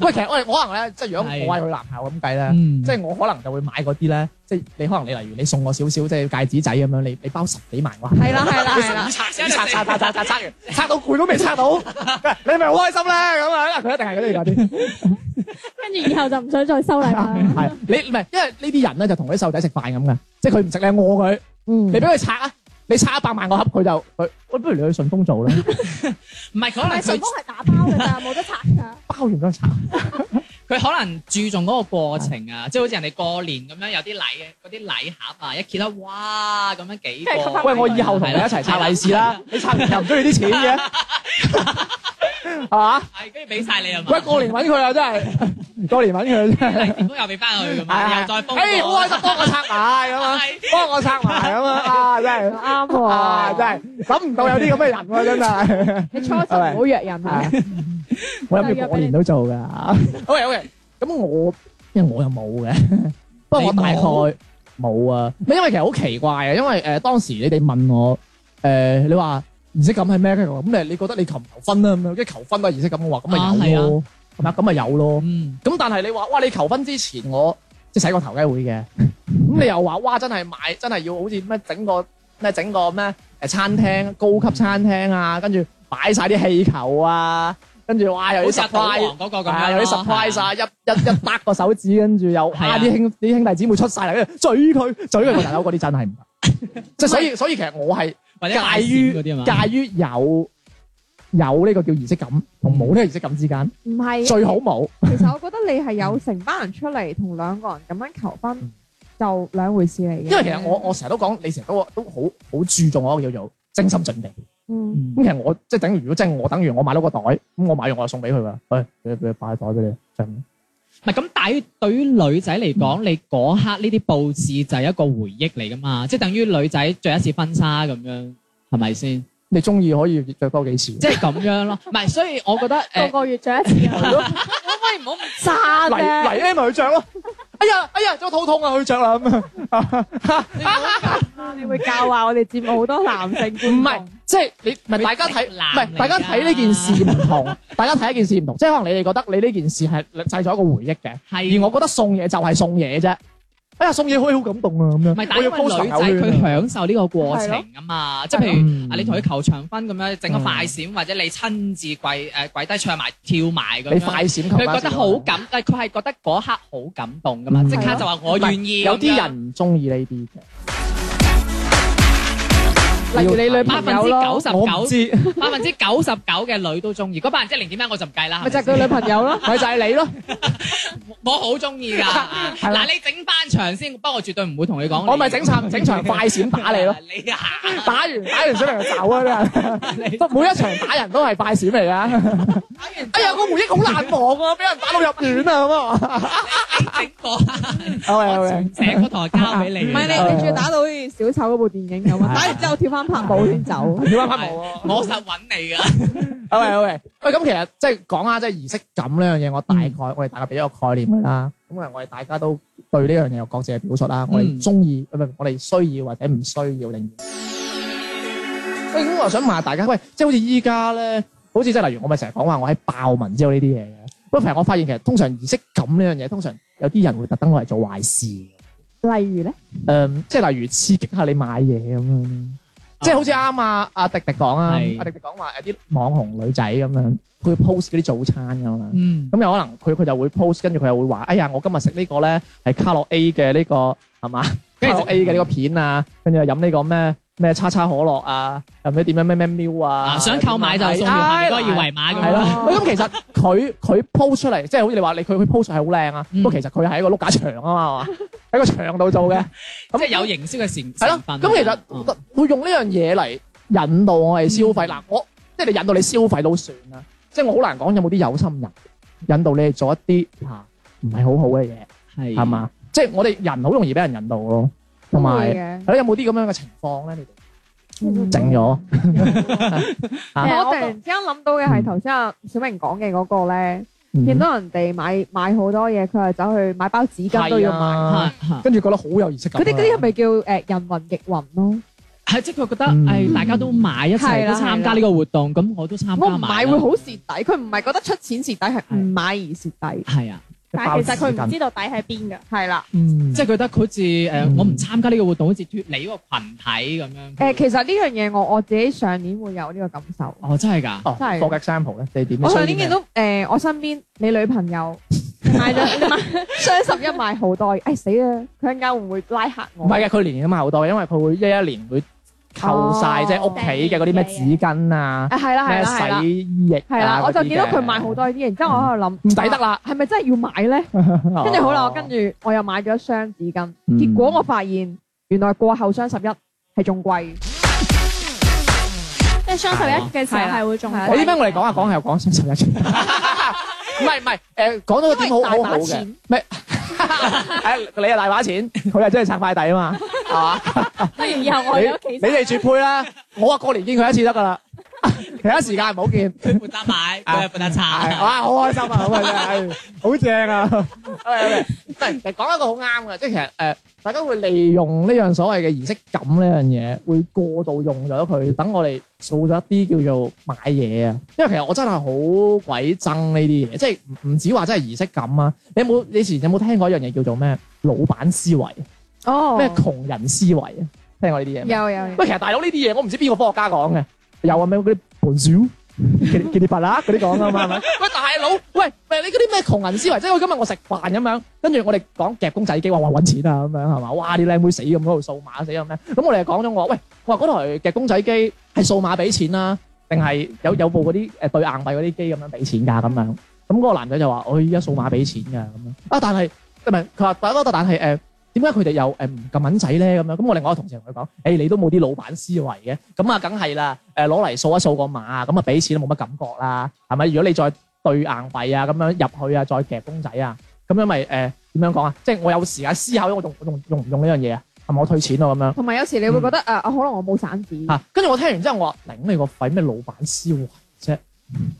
S3: 喂，其實我哋可能咧，即係如果
S2: 係
S3: 我係佢男朋友咁計咧。
S2: 嗯，
S3: 即係我可能就會買嗰啲咧，即係你可能你例如你送我少少即係戒指仔咁樣，你你包十幾萬我
S1: 係啦係 啦係啦，
S3: 拆拆拆拆拆拆拆拆完，拆到攰都未拆到，你咪好開心咧咁啊！佢一定係嗰啲嗰啲，
S4: 跟住以後就唔想 再收禮啦。
S3: 係啊你唔係因為呢啲人咧就同嗰啲細路仔食飯咁嘅，即係佢唔食你餓佢，
S1: 嗯
S3: 你俾佢拆啊！你拆一百萬個盒，佢就佢，喂，不如你去順豐做 啦，
S2: 唔係可
S4: 但
S2: 能
S4: 係順
S2: 佢
S4: 豐係打包㗎咋，冇得拆㗎。
S3: 包完咗拆。
S2: 佢可能注重嗰個過程啊，即係好似人哋過年咁樣有啲禮嗰啲禮盒啊，一揭得哇咁樣幾
S4: 跟住佢
S2: 個。
S4: 翻
S3: 喂，我以後同你一齊拆利是啦，你拆完又唔中意啲錢 嘅，係嘛？
S2: 係跟住俾晒你啊嘛。
S3: 喂，過年揾佢啊，真係過年揾佢啊真係。
S2: 結果又俾翻佢咁樣，
S3: 係
S2: 又再封。
S3: 哎，好開心，幫我拆埋咁 啊，
S2: 係
S3: 幫我拆埋咁啊，啊真係，
S1: 啱
S3: 啊真
S1: 喎，
S3: 係，諗唔到有啲咁嘅人喎，真係。
S1: 你初十唔好約人啊，
S3: 我諗住過年都做噶。OK OK，咁我因為我又冇嘅，不過我大概
S2: 你冇
S3: 冇啊，唔係因為其實好奇怪啊，因為誒當時你哋問我誒，你話儀式感係咩？跟住我話咁你你覺得你求唔求婚啊？咁樣跟住求婚都係儀式感，我話咁咪有咯，係咪咁咪有咯。
S2: 嗯，
S3: 咁但係你話哇，你求婚之前我即係洗個頭雞會嘅，咁你又話哇，真係買真係要好似咩整個咩整個咩誒餐廳高級餐廳啊，跟住擺晒啲氣球啊，跟住哇有
S2: 好
S3: 啲
S2: 似阿賭
S3: surprise
S2: 王嗰個咁
S3: 啊，
S2: 樣咯，
S3: 有啲 surprise
S2: 係啊
S3: 啊，一一一搭個手指，跟住又
S2: 係啊
S3: 哇啲兄啲兄弟姊妹出晒嚟，跟住嘴佢嘴佢個大佬嗰啲真係唔得， 即係所以所以其實我係
S2: 或者
S3: 介
S2: 大
S3: 於
S2: 於嗰啲啊嘛。
S3: 介於有有呢個叫儀式感同冇呢個儀式感之間，
S1: 唔 係
S3: 最好冇。
S1: 其實我覺得你係有成班人出嚟同兩個人咁樣求婚
S3: 嗯，
S1: 就兩回事嚟嘅。
S3: 因為其
S2: 嗯
S3: 實我我成日都講，你成日都都好好注重我一個叫做精心準備。
S1: 嗯
S3: 咁其實我即係等於，如果真係我等於我買到個袋，咁我買完我就送俾佢噶。喂，俾俾擺袋俾你，就咁
S2: 唔係咁，但係對於女仔嚟
S3: 嗯
S2: 講，你嗰刻呢啲佈置就係一個回憶嚟噶嘛，即係等於女仔着一次婚紗咁樣，係咪先？
S3: 你中意可以着多幾次。
S2: 即係咁樣咯。唔係，所以我覺得
S4: 個
S2: 誒，
S4: 個月着一次啊，
S3: 係
S2: 可
S3: 咯，
S2: 唔可以唔好咁
S1: 渣
S3: 嚟
S1: 啫，
S3: 嚟 M 咪去着 咯。哎呀哎呀，咗肚痛啊，去着啦咁樣。
S1: 啊你會教壞我哋節目好多男性觀眾
S3: 唔係，即係你唔係大家睇，
S2: 直
S3: 唔
S2: 男嚟㗎
S3: 係大家睇呢件事唔 同，大家睇呢件事唔同。即係可能你哋覺得你呢件事係製造一個回憶嘅，
S2: 係
S3: 而我覺得送嘢就係送嘢啫。哎呀，送嘢可以好感動啊咁
S2: 唔係，
S3: 樣。
S2: 但
S3: 我要
S2: 係
S3: post
S2: 女
S3: 朋友
S2: 仔
S3: 圈啊
S2: 佢享受呢個過程啊嘛，即係譬
S3: 嗯
S2: 如啊，你同佢求長婚咁樣，整個快閃，或者你親自跪誒跪低唱埋跳埋咁
S3: 你
S2: 樣
S3: 快。閃求婚
S2: 佢覺得好感，但係佢係覺得嗰刻好感動噶嘛，
S3: 嗯
S2: 即刻就話我願意。
S3: 有
S2: 咁
S3: 啲
S2: 樣
S3: 人唔中意呢啲嘅，
S1: 例如你女
S2: 百分
S1: 朋友
S2: 之
S1: 咯
S2: 九，十
S3: 我唔
S2: 九，
S3: 知，
S2: 百分之九十九嘅女都中意，嗰百分之零點一我就唔計啦。
S1: 咪
S2: 係
S1: 就係
S2: 咪
S1: 佢女朋友咯。
S3: 咪就係你咯。
S2: 我好中意㗎。
S3: 係啦
S2: 嗱，你整翻場先，不過我絕對唔會同你講。
S3: 我咪整場整場快閃打 你咯，
S2: 你啊，
S3: 打完打完小明就走啊！ 真係，每一場打人都係快閃嚟噶。哎呀，個回憶好難忘啊！俾人打到入院啊咁啊！
S2: 你整過，
S3: 好嘅好
S2: 我
S3: 嘅
S2: 全，寫嗰台交俾 你。
S1: 唔係你，你仲要打到好似小丑嗰部電影咁啊！打完之後跳翻拍舞先走。
S3: 點解
S2: 係
S3: 冇啊？
S2: 我實揾你㗎。
S3: 好嘅好嘅，嗯喂，咁其實即係講下即係儀式感呢樣嘢，我大概我哋大概俾咗個概念佢啦。咁啊，我哋大家都對呢樣嘢有各自嘅表述啦。我
S2: 嗯
S3: 哋中意，呃唔係我哋需要或者唔需要定義。喂，咁我想問下大家，喂，即係好似依家咧，好似即係例如我咪成日講話我喺爆文之後呢啲嘢嘅。不過其實我發現其實通常儀式感呢樣嘢，通常有啲人會特登攞嚟做壞事嘅。
S1: 例如咧，
S3: 誒、即係例如刺激下你買嘢咁樣，即係好似啱啊阿迪迪講啊，
S2: 係
S3: 阿迪迪講話誒啲網紅女仔咁樣，佢 post 嗰啲早餐咁啦，
S2: 嗯，
S3: 咁有可能佢佢就會 post，跟住佢又會話：哎呀，我今日食呢個咧係卡洛 A 嘅呢、個係嘛，
S2: 跟
S3: 卡
S2: 住
S3: 洛
S2: 就
S3: A 嘅呢個片啊，跟住又飲呢個咩咩叉叉可樂啊，又唔知點樣咩咩 milk 啊，
S2: 嗱，想購買就送條下面嗰
S3: 哎
S2: 個二維碼咁樣。
S3: 係咯，喂咁其實佢佢 post 出嚟，即係好似你話你佢佢 post 係好靚啊，
S2: 嗯
S3: 不過其實佢係一個碌架牆啊嘛，係嘛喺個牆度做嘅，
S2: 即係有營銷嘅成
S3: 係咯
S2: 成。分。
S3: 咁其實
S2: 嗯
S3: 會用呢樣嘢嚟引
S1: 嗯
S3: 導我哋消費嗱，我即係你引導你消費都算啦，即係我好難講有冇啲有心人，引導你哋做一啲
S2: 啊
S3: 唔係好好嘅嘢，
S1: 嗯
S2: 係
S3: 係？嘛？即係我哋人好容易俾人引導咯，同埋
S1: 嗯
S3: 係咯，有冇啲咁樣嘅情況咧？你哋整咗啊
S1: 我突然之間諗到嘅係頭先阿小明講嘅嗰個咧，見
S3: 嗯
S1: 到人哋買買好多嘢，佢係走去買包紙巾都要
S3: 係
S1: 買。
S3: 啊跟住覺得好有儀式感啊。
S1: 嗰啲嗰啲係咪叫誒人雲亦雲咯？
S2: 係即係佢覺得
S3: 嗯
S2: 誒，大家都買一齊
S1: 係
S2: 都
S1: 啦
S2: 參加呢個活動，咁我都參加
S1: 我唔
S2: 埋
S1: 買
S2: 啦
S1: 會好蝕底，佢唔係覺得出錢蝕底，係唔買而蝕底。
S2: 係啊，
S4: 但係其實佢唔知道底喺邊㗎。
S1: 係啦，
S3: 嗯
S2: 即係覺得佢好似誒，
S3: 嗯
S2: 我唔參加呢個活動，好似脱離嗰個群體咁
S1: 誒，
S2: 樣。
S1: 其實呢樣嘢我我自己上年會有呢個感受。
S2: 哦，真係㗎，
S3: 哦，
S1: 真係
S3: for example 咧，你點？
S1: 我上年見到誒，我身邊你女朋 友買咗 雙十一買好多嘢，誒死啦！佢陣間會唔會拉黑我？
S3: 唔係嘅，佢年年都買好多，因為佢會一一年會扣晒
S1: 哦
S3: 即係屋企嘅嗰啲咩紙巾啊、
S1: 啊，係啦係
S3: 咩
S1: 啦係啦，
S3: 洗衣液
S1: 係啦，
S3: 啊
S1: 我就
S3: 嗰啲
S1: 見到佢
S3: 嘅 嗯
S1: 買好多呢啲，然之後我喺度諗啊
S3: 唔抵得啦，
S1: 係咪真係要買咧？
S3: 哦
S1: 跟住好啦，我跟住我又買咗一箱紙巾，
S3: 嗯
S1: 結果我發現原來過後雙十一係仲貴，
S4: 即係雙十一嘅時候
S1: 係啦
S4: 係會中
S1: 係啦
S3: 啊我點解我哋講下講下又講雙十 一出？唔係唔係，誒講到個點好
S1: 因為大
S3: 好
S1: 把
S3: 好嘅
S1: 錢，
S3: 咩？ 誒你又大把錢，佢又中意拆快遞啊嘛，係嘛？
S4: 不如啊以後我
S3: 你
S4: 喺屋企
S3: 你哋絕配啦，我啊過年見佢一次得噶啦， 其他時間唔好見。
S2: 佢負責買，啊佢係負責
S3: 係
S2: 拆。
S3: 哇，好開心啊，好啊，真係好正啊！喂喂，唔係講一個好啱嘅，即係其實誒，大家會利用呢樣所謂嘅儀式感呢樣嘢，會過度用咗佢，等我哋做咗一啲叫做買嘢啊。因為其實我真係好鬼憎呢啲嘢，即係唔唔止話真係儀式感啊。你有冇你以前有冇聽過一樣嘢叫做咩老闆思維，
S1: 哦
S3: 咩窮人思維啊？聽過呢啲嘢未？
S1: 有有有
S3: 喂，其實大佬呢啲嘢我唔知邊個科學家講嘅，有啊咩嗰啲盤小、傑傑列拔啦嗰啲講啊嘛，係咪？喂，大佬，喂喂，你嗰啲咩窮人思維，即係我今日我食飯咁樣，跟住我哋講夾公仔機，話話揾錢啊咁樣係嘛？哇，啲靚妹死咁嗰度數碼死咁咩？咁我哋就講咗我話，喂，我話嗰台夾公仔機係數碼俾錢啦、定係有有部嗰啲誒對硬幣嗰啲機咁樣俾錢㗎咁樣。咁嗰個男仔就話：我依家數碼俾錢㗎咁樣。啊，但係唔係佢話，但係但係誒點解佢哋又誒唔撳銀仔咧咁樣？咁我另外一個同事同佢講：誒、你都冇啲老闆思維嘅，咁啊梗係啦，誒攞嚟掃一掃個碼啊，咁啊俾錢都冇乜感覺啦，係咪？如果你再對硬幣啊咁樣入去啊，再夾公仔啊，咁樣咪誒點樣講啊？即係我有時間思考，我仲用用唔用呢樣嘢啊？係咪我退錢咯咁樣？
S1: 同埋有時你會覺得
S3: 嗯
S1: 誒，啊可能我冇散紙，
S3: 啊！跟住我聽完之後，我話：頂你個肺咩老闆思維啫！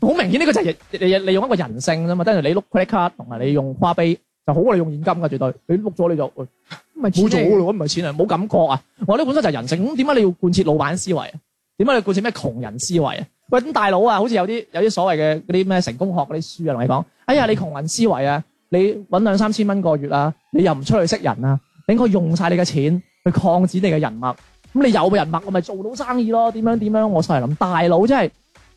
S3: 好明顯呢個就係你你利用一個人性啫嘛。跟住你碌 credit card 同埋你用花唄就好過你用現金㗎，絕對你碌咗你就喂
S1: 唔係
S3: 冇
S1: 錢嚟
S3: 咗
S1: 嘅
S3: 咯，唔係錢啊，冇感覺啊！我話呢本身就係人性，咁點解你要貫徹老闆思維啊？點解你貫徹咩窮人思維啊？喂，咁大佬啊，好似有啲有啲所謂嘅嗰啲咩成功學嗰啲書啊，同你講，哎呀，你窮人思維啊，你揾兩三千蚊個月啊，你又唔出去識人啊，你應該用晒你嘅錢去擴展你嘅人脈。咁你有人脈，啊我咪做到生意咯？點樣點樣？我就係諗，大佬即係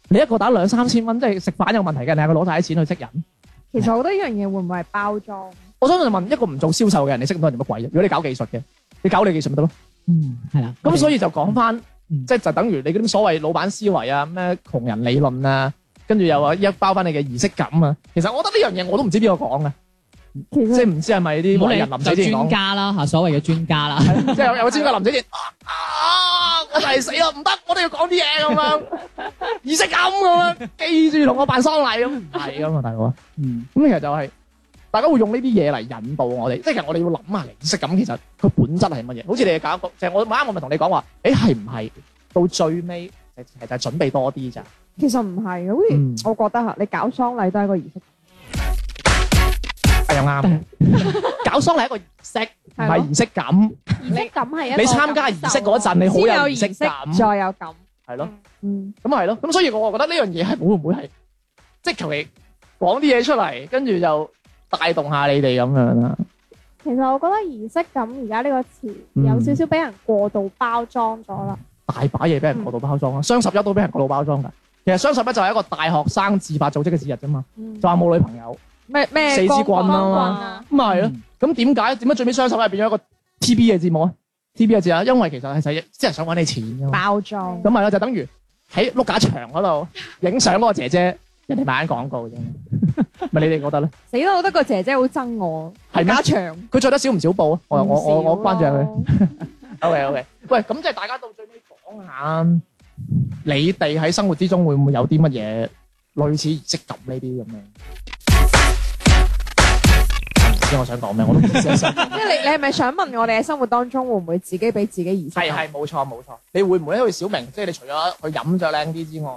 S3: 你一個打兩三千蚊，即係食飯有問題嘅，你係佢攞晒啲錢去識人。
S1: 其實我覺得呢樣嘢會唔會係包裝？
S3: 我想問一個唔做銷售嘅人，你識咁多人做乜鬼啫？如果你搞技術嘅，你搞你技術咪得咯。
S2: 嗯，係啦。
S3: 咁所以就講翻，
S2: 嗯
S3: 即係就等於你嗰啲所謂老闆思維啊，咩窮人理論啊，跟住又話一包翻你嘅儀式感啊。其實我覺得呢樣嘢我都唔知邊個講嘅，
S1: 其
S3: 即係唔知係咪啲
S2: 我
S3: 偉
S2: 哋
S3: 人臨死
S2: 就
S3: 前
S2: 專
S3: 講，
S2: 家啦嚇，所謂嘅專家啦。
S3: 即係有有個專家臨死前啊啊，我就係死啦，唔得，我都要講啲嘢咁樣，儀式感咁樣，記住同我辦喪禮咁，唔係噶嘛，大佬啊。
S2: 嗯，
S3: 咁其實就係、大家會用呢啲嘢嚟引導我哋，即係其實我哋要諗下儀式感其實佢本質係乜嘢。好似你搞一個，就係我啱我咪同你講話，誒係唔係到最尾就其實就係準備多啲咋？
S1: 其實唔係嘅，好似、
S3: 嗯
S1: 我覺得嚇，你搞喪禮都係一個儀式，
S3: 係又啊啱， 搞喪禮係一個儀式，唔
S1: 係
S3: 係
S1: 咯
S3: 儀式感。
S4: 儀式感係一個
S3: 你參加儀式嗰陣，你好
S1: 先
S3: 有儀式感，
S1: 啊再有感，
S3: 係咯，
S1: 嗯，
S3: 咁係咯。咁所以我覺得呢樣嘢係會唔會係即係求其講啲嘢出嚟，跟住就帶動下你哋咁樣啦。
S4: 其實我覺得儀式感而家呢個詞
S3: 嗯
S4: 有少少俾人過度包裝咗啦。
S3: 大把嘢俾人過度包裝啦，啊雙十一都俾人過度包裝㗎。其實雙十一就係一個大學生自發組織嘅節日啫嘛，
S1: 嗯
S3: 就話冇女朋友，
S1: 咩咩
S3: 四支
S1: 光
S3: 棍啊
S1: 棍
S3: 嘛
S1: 啊，
S3: 咁咪係咯。
S2: 嗯
S3: 咁點解點解最尾雙十一係變咗一個 TB 嘅節目啊？TB 嘅節目，因為其實係使即係想揾你錢㗎嘛。
S1: 包裝
S3: 咁咪啦，就等於喺碌架牆嗰度影相嗰個姐姐，人哋買緊廣 告啫嘛。咪你哋覺得咧？
S1: 死啦！我覺得個姐姐好憎我，
S3: 係咩
S1: 加長
S3: 佢着得少唔少布啊？我我我我關注下佢。
S1: 佢。
S3: OK OK，喂，咁即係大家到最尾講下，你哋喺生活之中會唔會有啲乜嘢類似儀式感呢啲咁嘅？先我想講咩，我都唔知我想講。
S1: 即係你你係咪想問我哋喺生活當中會唔會自己俾自己啊儀式
S3: 係
S1: 感？
S3: 係冇錯冇錯，你會唔會好似小明，即係你除咗佢飲咗靚啲之外，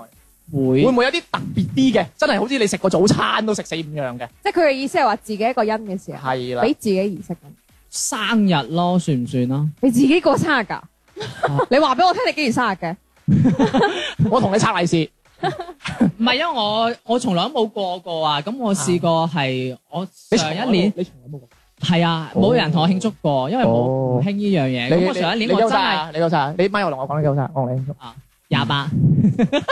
S2: 會
S3: 會唔會有啲特別啲嘅？真係好似你食個早餐都食四五樣嘅，
S1: 即係佢嘅意思係話自己一個人嘅時候，
S3: 係啦
S1: 俾。自己儀式感。
S2: 生日咯，算唔算啊？
S1: 你自己過生日㗎？
S3: 啊
S1: 你話俾我聽你幾時生日嘅？
S3: 我同你拆利是，
S2: 唔係，因為我我從來都冇過過啊。咁我試過係我
S3: 你
S2: 上一年
S3: 你從來冇過。
S2: 係啊，
S3: 哦
S2: 冇人同我慶祝過，因為冇
S3: 哦
S2: 唔興呢樣嘢。咁我上一年
S3: 你
S2: 我
S3: 休
S2: 真
S3: 晒
S2: 係
S3: 啊，你休晒啊，你咪又同我講你休晒啊，我同你慶祝。
S2: 廿八，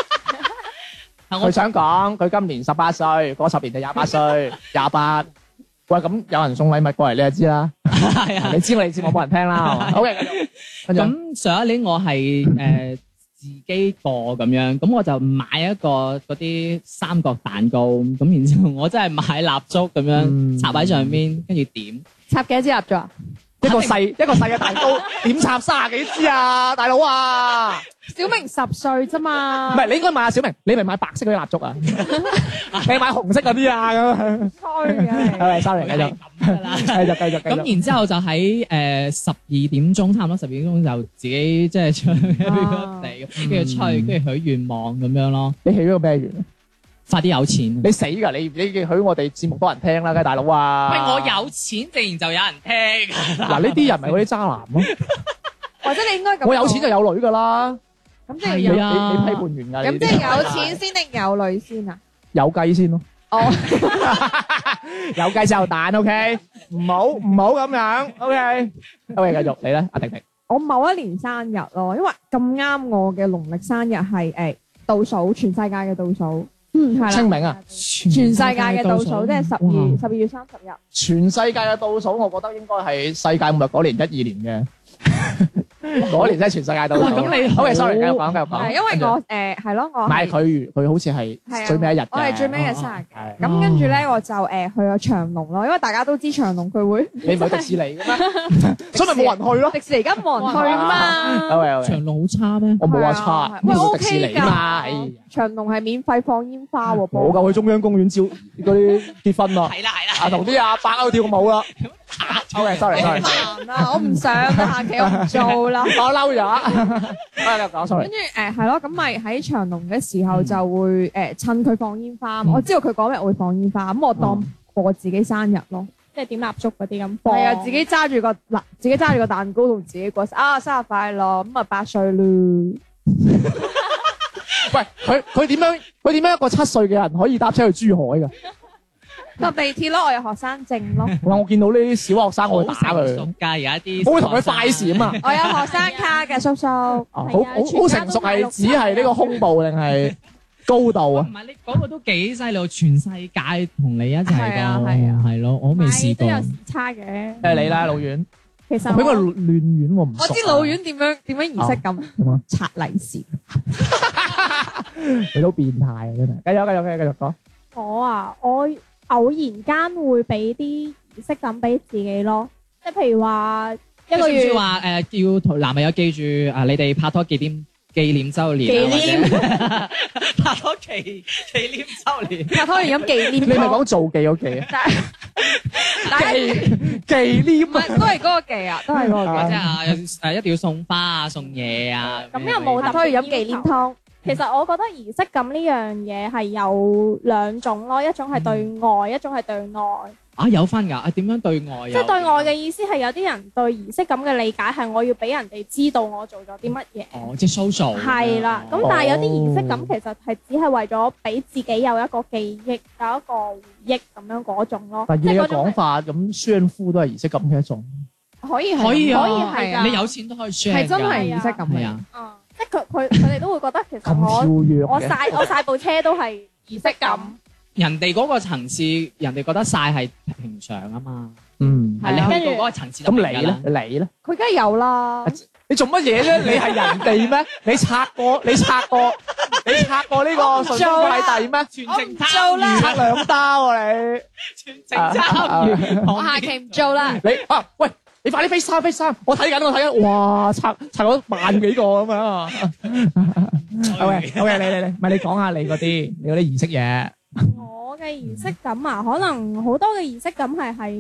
S2: 係
S3: 佢
S2: 我
S3: 想講佢今年十八歲，嗰十年就廿八歲， 廿八。喂，咁有人送禮物過嚟，你就 知啦。
S2: 係啊
S3: 你。知我哋節目冇人聽啦，係嘛？OK，繼續跟住
S2: 咁上一年我係誒、呃自己過咁樣，咁我就買一個嗰啲三角蛋糕，咁然之後我真係買蠟燭咁
S3: 嗯
S2: 樣插喺上面，跟住點
S1: 插幾多支蠟燭啊？
S3: 一個細一個細嘅 蛋糕，點插卅幾支啊，大佬啊！
S1: 小明十歲啫
S3: 唔
S1: 嘛，
S3: 係，你應該買下小明，你咪買白色嗰啲蠟燭啊，你買紅色嗰啲啊咁。
S1: 衰 啊！
S3: 係，sorry，繼
S2: 係
S3: 續，
S2: 咁㗎啦。
S3: 繼續，繼續，繼
S2: 咁
S3: 續。
S2: 然之後就喺誒十二點鐘，差唔多十二點鐘就自己即係唱 Happy
S1: 嗯啊
S2: Birthday，跟住吹，跟住許願望咁樣咯，
S3: 你起咗個咩願？
S2: 快啲有錢。
S3: 你死㗎！你你許我哋節目多人聽啦，梗係大佬啊！
S2: 喂，我有錢，自然就有人聽。
S3: 嗱，呢啲人咪嗰啲渣男咯。
S1: 或者你應該咁講，
S3: 我有錢就有女㗎啦。
S1: 咁即係
S3: 你
S1: 有
S3: 你
S2: 係
S3: 你批
S2: 啊
S3: 判完㗎？
S1: 咁
S3: 呢啲
S1: 即係有錢先定有女先啊？
S3: 有雞先咯，
S1: 哦，
S3: 有雞先有蛋。OK，唔好唔好咁樣。OK，喂，繼續你咧，阿婷婷。
S1: 我某一年生日咯，因為咁啱我嘅農曆生日係誒倒數，全世界嘅倒數，嗯係啦，
S3: 清明啊，
S2: 全
S1: 全世界嘅倒數即啊係十二十二月三十日。
S3: 全世界嘅倒數，我覺得應該係世界末日嗰年一二年 嘅，嗰年真係全世界倒數。
S2: 哇咁你好
S3: OK，sorry，繼續講，繼續講。
S1: 係因為我誒係咯，
S3: 唔
S1: 我
S3: 係
S1: 係
S3: 佢，佢好似
S1: 係
S3: 係
S1: 啊
S3: 最尾一日嘅。
S1: 我係最尾嘅生日。
S3: 係
S1: 咁跟住咧，我就誒去咗長隆咯，因為大家都知長隆佢 會
S3: 你唔係迪士尼嘅咩？ 所以咪冇人去咯。
S1: 迪士尼而家冇人去嘛。
S3: 喂喂，
S2: 長隆好差咩？
S3: 我冇話差，
S1: 啊喂
S3: 冇
S1: O
S3: 迪士
S1: K
S3: 尼嘛。哎呀
S1: 㗎，長隆係免費放煙花喎，
S3: 我夠去中央公園照嗰啲結婚啦，
S2: 係啦係啦
S3: 啊同啲阿伯喺度跳舞啦。OK，sorry
S2: 啊
S3: sorry，
S1: 煩啊！我唔想啦，下期我唔做啦。
S3: 我嬲 咗。啊，你講 sorry
S1: 跟。住誒係咯，咁咪喺長隆嘅時候就會誒趁佢放煙花，我知道佢嗰日會放煙花，咁我當過自己生日咯。
S4: 即係點蠟燭嗰啲咁放。
S1: 係啊，自己揸住個嗱，自己揸住個蛋糕同自己過啊生日快樂，咁啊八歲咯。
S3: 喂，佢佢點樣？佢點樣一個七歲嘅人可以搭車去珠海㗎？
S1: 搭地鐵咯，我有學生證咯，
S3: 哇！我見到呢啲小學生，我會打
S2: 成熟㗎，
S3: 佢，
S2: 而家啲
S3: 我會同佢快閃啊！
S1: 我有學生卡嘅叔叔。
S3: 啊好
S4: 係
S3: 好
S4: 啊全家都
S3: 好成熟係指係呢個胸部定係高度
S2: 唔
S3: 啊？
S2: 係你嗰個都幾犀利，全世界同你一齊
S1: 係啊
S2: 㗎，
S1: 係啊
S2: 係咯，我未試
S4: 都
S2: 過
S4: 有。時差嘅。
S3: 誒你啦，老遠，
S4: 其實
S3: 佢應該
S4: 我
S3: 亂遠喎，唔
S1: 我
S3: 熟啊
S1: 知老遠點樣點樣儀式咁拆利是，
S3: 你都變態啊！真係，繼續繼續繼續繼續講。
S4: 我啊，我偶然間會俾啲儀式感俾自己咯，即係譬如話一
S2: 一
S4: 個
S2: 個
S4: 月
S2: 月。話誒，叫男朋友記住啊，你哋拍拖紀念紀念週年啊，
S1: 紀念
S2: 或者 拍拖紀 紀念週年。
S1: 拍拖完飲紀
S3: 你
S1: 念
S3: 咪
S1: 湯，
S3: 講造記嗰記啊？
S1: 但係
S3: 忌
S1: 唔
S3: 廉啊！
S1: 係
S3: 嗯
S1: 都係嗰個忌啊，都係嗰個
S2: 或
S1: 忌。
S2: 者啊，誒一定要送花啊，送嘢啊，
S4: 咁又冇
S1: 拍拖完飲忌廉湯，
S4: 其實我覺得儀式感呢樣嘢係有兩種咯，一種係對
S1: 嗯
S4: 外，一種係對內。
S2: 啊有分㗎，啊點樣對外啊？
S4: 即係對外嘅意思係有啲人對儀式感嘅理解係我要俾人哋知道我做咗啲乜嘢。
S2: 哦，即
S1: 嗯
S2: 係 social
S4: 係啦，
S1: 哦
S4: 咁但係有啲儀式感
S3: 哦
S4: 其實係只係為咗俾自己有一個記憶，有一個回憶咁樣嗰種咯。
S3: 但以
S4: 即
S3: 你
S4: 係
S3: 嘅
S4: 嗰種
S3: 講法，咁宣夫都係儀式感嘅一種。
S1: 可以
S2: 可以啊
S1: 可以係啊
S2: 你，有錢都可以 share
S1: 係真
S2: 㗎
S1: 係儀式感
S2: 係
S1: 嚟
S2: 啊。。
S4: 啊，即係佢佢佢哋都會覺得其
S3: 咁
S4: 實
S3: 跳
S4: 我
S3: 躍
S4: 我
S3: 嘅，
S4: 晒我晒部車都係儀式感，
S2: 人哋嗰個層次，人哋覺得晒係平常啊嘛，
S3: 嗯，
S1: 係
S2: 係
S1: 啊
S2: 你去到嗰個層次就
S3: 咁
S2: 明㗎
S3: 你
S2: 啦
S3: 咧？你咧？
S1: 佢梗係有啦，
S3: 你做乜嘢啫？你係人哋咩？你拆過，你拆過，你拆過呢個順豐快遞咩？
S2: 全
S1: 我唔
S2: 程
S1: 做
S2: 參與，
S1: 啦，
S3: 拆兩刀啊你！
S2: 全程
S3: 啊
S2: 參與，
S1: 我下期唔做啦。
S3: 你啊喂！你快啲飛三飛三，我睇緊我睇緊，哇拆拆咗萬幾個咁樣啊！好嘅好嘅，你你你，唔係你講下你嗰啲你嗰啲儀式嘢，
S4: 我嘅儀式感啊，可能好多嘅儀式感係係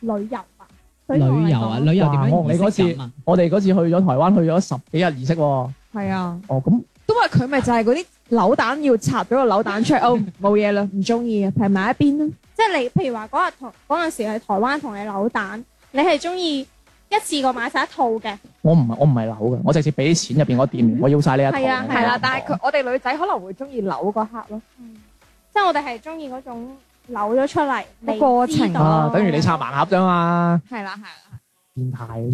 S4: 旅遊啊。對於我嚟講
S2: 旅遊啊，旅遊點
S3: 哇我你嗰
S2: 樣
S3: 次
S2: 儀式感啊？
S3: 我哋嗰次去咗台灣，去咗十幾日儀式喎。哦，
S1: 係啊，
S3: 咁
S1: 因為佢咪就係嗰啲扭蛋要拆咗個扭蛋出嚟，哦冇嘢啦，唔中意啊，平埋一邊啦。
S4: 即係你譬如話嗰日同嗰陣時去台灣同你扭蛋，你係中意一次過買晒一套嘅，
S3: 我唔係我唔係扭嘅，我直接俾啲錢入邊嗰店員，我要晒呢一套。
S4: 係啊
S1: 係啦，但係佢我哋女仔可能會中意扭嗰刻咯，
S4: 嗯、即係我哋係中意嗰種扭咗出嚟
S1: 個過程
S4: 你知道
S3: 啊，等於你拆盲盒啫嘛，
S1: 係啦係啦。
S3: 變態嘅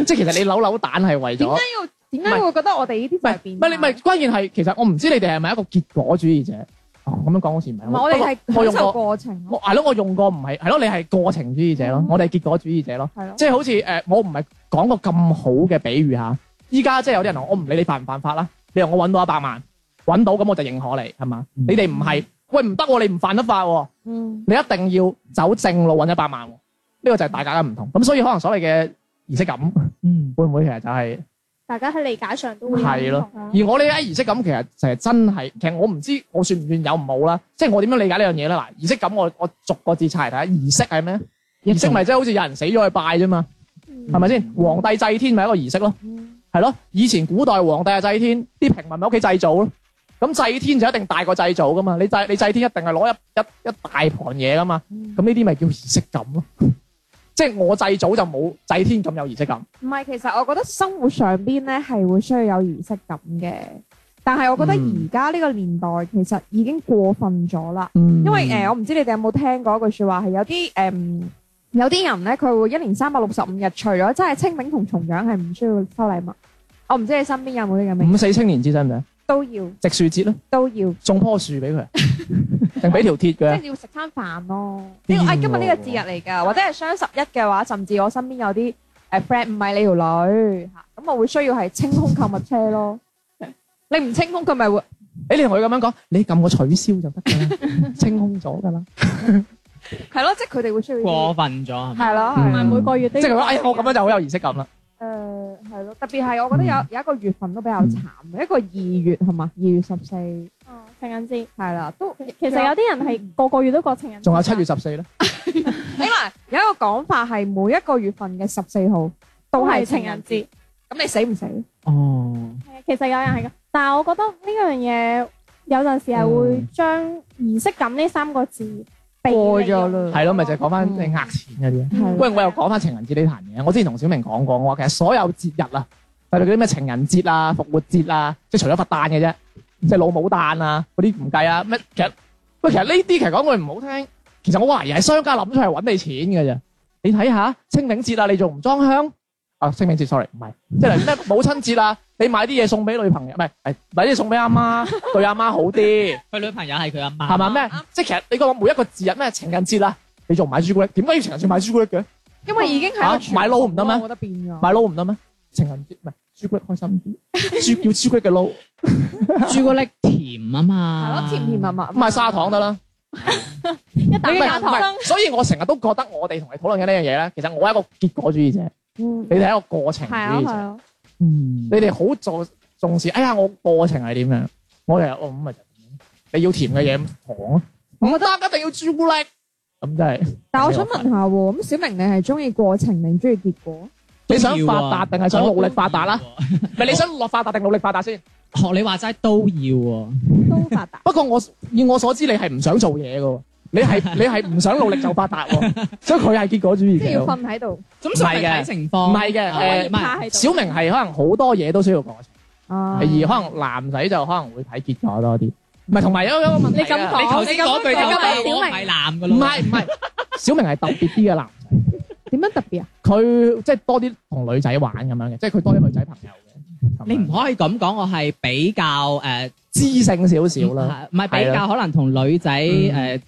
S3: 啫。 即係其實你扭扭蛋係為
S1: 點
S3: 咗
S1: 解。要點解會覺得我哋呢啲就
S3: 唔
S1: 係
S3: 係
S1: 變
S3: 唔
S1: 態？
S3: 係你唔係關鍵係，其實我唔知你哋係咪一個結果主義者。哦，咁樣講好似唔係。
S1: 唔係我哋
S3: 不
S1: 係
S3: 過
S1: 享
S3: 我用
S1: 受
S3: 過，
S1: 過程
S3: 我
S1: 咯，
S3: 係咯，我用過唔係係咯，你係過程主義者咯
S1: 嗯，
S3: 我哋係結果主義者咯。
S1: 係咯。
S3: 即係好似誒、呃我唔係講個咁好嘅比喻嚇。依家即係有啲人話，我唔理你犯唔犯法啦，你話我揾到一百萬，揾到咁我就認可你係嘛？
S2: 嗯
S3: 你哋唔係，喂唔得喎，你唔犯得法喎，
S1: 嗯，
S3: 你一定要走正路揾一百萬喎。呢、個就係大家嘅唔同。咁所以可能所謂嘅儀式感，
S2: 嗯，
S3: 會唔會其實就係、
S4: 大家喺理解上都會有
S3: 係咯嗯
S4: 唔同啊
S3: 而我呢啲儀式感其實就係真係，其實我唔知我算唔算有唔好啦，即係我點樣理解呢樣嘢咧？嗱，儀式感我我逐個字拆嚟睇下，儀式係咩？儀式咪即係好似有人死咗去拜啫嘛，
S4: 嗯
S3: 係咪先？皇帝祭天咪一個儀式咯，係咯。以前古代皇帝係祭天，啲平民咪屋企祭祖咯。咁祭天就一定大過祭祖噶嘛，你祭你祭天一定係攞一一一大盤嘢噶嘛，
S1: 嗯
S3: 咁呢啲咪叫儀式感咯。 即係我祭祖就冇祭天咁有儀式感。
S1: 唔係，其實我覺得生活上邊咧係會需要有儀式感嘅，但係我覺得而家呢個年代其實已經過分咗啦。
S3: 嗯
S1: 因為誒、呃我唔知你哋有冇聽過一句説話係有啲誒、嗯有啲人咧，佢會一年三百六十五日，除咗真係清明同重陽係唔需要收禮物。我唔知你身邊有冇啲咁嘅
S2: 嗯
S3: 五四青年節真唔真？
S1: 都要
S3: 植樹節咯。
S1: 都要，
S3: 送棵樹俾佢， 定俾條鐵
S1: 即
S3: 佢？啊
S1: 係要食餐飯咯。呢、
S3: 癲
S1: 個係
S3: 喎
S1: 今日呢個節日嚟
S2: 哦
S1: 㗎，或者係雙十一嘅話，甚至我身邊有啲誒 friend 唔係你條女嚇，咁我會需要係清空購物車 咯。你唔清空佢咪會
S3: 誒，你同佢咁樣講，你撳個取消就得㗎 啦，清空咗㗎啦。
S1: 係咯，即係佢哋會需要呢啲
S2: 過分咗係咪？
S1: 係咯，
S4: 同
S1: 係
S4: 埋
S1: 咯
S4: 每個月都
S3: 即
S4: 要
S3: 係佢話，哎呀，我咁樣就好有儀式感啦。
S1: 誒係咯，特別係我覺得有有一個月份都比較慘，一個二月係嘛，二月十四 係
S4: 哦情人節。
S1: 啦，都
S4: 其實有啲人係個個月都過情人節
S3: 嗯
S4: 㗎，
S3: 仲有七月十四咧，
S1: 起碼有一個講法係每一個月份嘅十四號都係情人節，，咁你死唔死？
S2: 哦，
S4: 係其實有人係咁，但係我覺得呢樣嘢有陣時係會將儀式感呢三個字避
S1: 過
S4: 利用
S1: 咗啦
S3: 係咯，咪就係講翻
S1: 嗯
S3: 即係呃錢嗰啲。
S4: 嗯
S3: 喂，我又講翻情人節呢壇嘢，我之前同小明講過，我話其實所有節日啊，例如嗰啲咩情人節啊、復活節啊，即係除咗佛誕嘅啫，即係老母誕啊嗰啲唔計啊。咩其實喂，其實呢啲其實講句唔好聽，其實我懷疑係商家諗出嚟揾你錢嘅啫。你睇下清明節啊，你仲唔裝香？啊，清明節，sorry，唔係，即係例如咩母親節啊，你買啲嘢送俾女朋友，唔係，係買啲嘢送俾阿媽，對阿媽好啲。
S2: 佢女朋友係佢阿媽，
S3: 係咪咩？即係其實你講每一個節日咩情人節啦，你仲唔買朱古力？點解要情人節買朱古力嘅？
S1: 因為已經係一個
S3: 啊
S1: 傳統
S3: 買撈唔得咩
S1: 我覺得變咗。
S3: 買撈唔得咩？情人節唔係朱古力開心 啲，朱叫朱古力嘅撈，唔
S2: 朱古力甜
S1: 係
S2: 啊嘛，
S1: 咯，甜甜蜜蜜，唔
S3: 係砂糖得啦。
S1: 你嘅眼頭
S3: 唔係唔
S4: 一打加糖，
S3: 係，所以我成日都覺得我哋同你討論緊呢樣嘢咧，其實我係一個結果主義者，
S1: 嗯
S3: 你哋係一個過程主
S1: 係啊
S3: 義
S1: 係
S3: 者。
S1: 啊，
S2: 嗯，
S3: 你哋好重重視，哎呀，我過程係點樣？我哋係哦咁咪就係咁你要甜嘅嘢糖咯，唔得一定要朱古力，咁真係
S1: 但我想問下喎，咁小明你係中意過程定中意結果？
S2: 都
S3: 你想
S2: 要啊
S3: 發達定係想努力發達啦？
S2: 我
S3: 咪你想落發達定努力發達先？
S2: 都要喎學你話齋都要喎，
S1: 都發 達，
S3: 不過我以我所知，你係唔想做嘢嘅喎，你 係你係唔想努力就發達喎，所以佢係結果主義
S1: 即係要
S3: 嘅。
S1: 瞓喺度
S2: 咁
S3: 唔
S2: 所
S3: 係
S2: 以
S3: 嘅
S2: 睇情況，
S3: 唔係嘅
S2: 哦
S3: 誒
S2: 唔係
S4: 趴喺度
S3: 小明係可能好多嘢都需要過程，
S1: 啊
S3: 而可能男仔就可能會睇結果多啲。唔係，同埋有有一個問題
S4: 你咁
S3: 啊
S4: 講
S2: 你頭先嗰句就
S4: 你咁
S2: 係
S4: 樣講
S2: 我唔係男噶
S3: 唔
S2: 咯，
S3: 係唔係，小明係特別啲嘅男仔，
S1: 點樣特別啊？
S3: 佢即係多啲同女仔玩咁樣嘅，即係佢多啲女仔朋友嘅。
S2: 你唔可以咁講，我係比較誒
S3: 知性少少啦，
S2: 唔係比較可能同女仔誒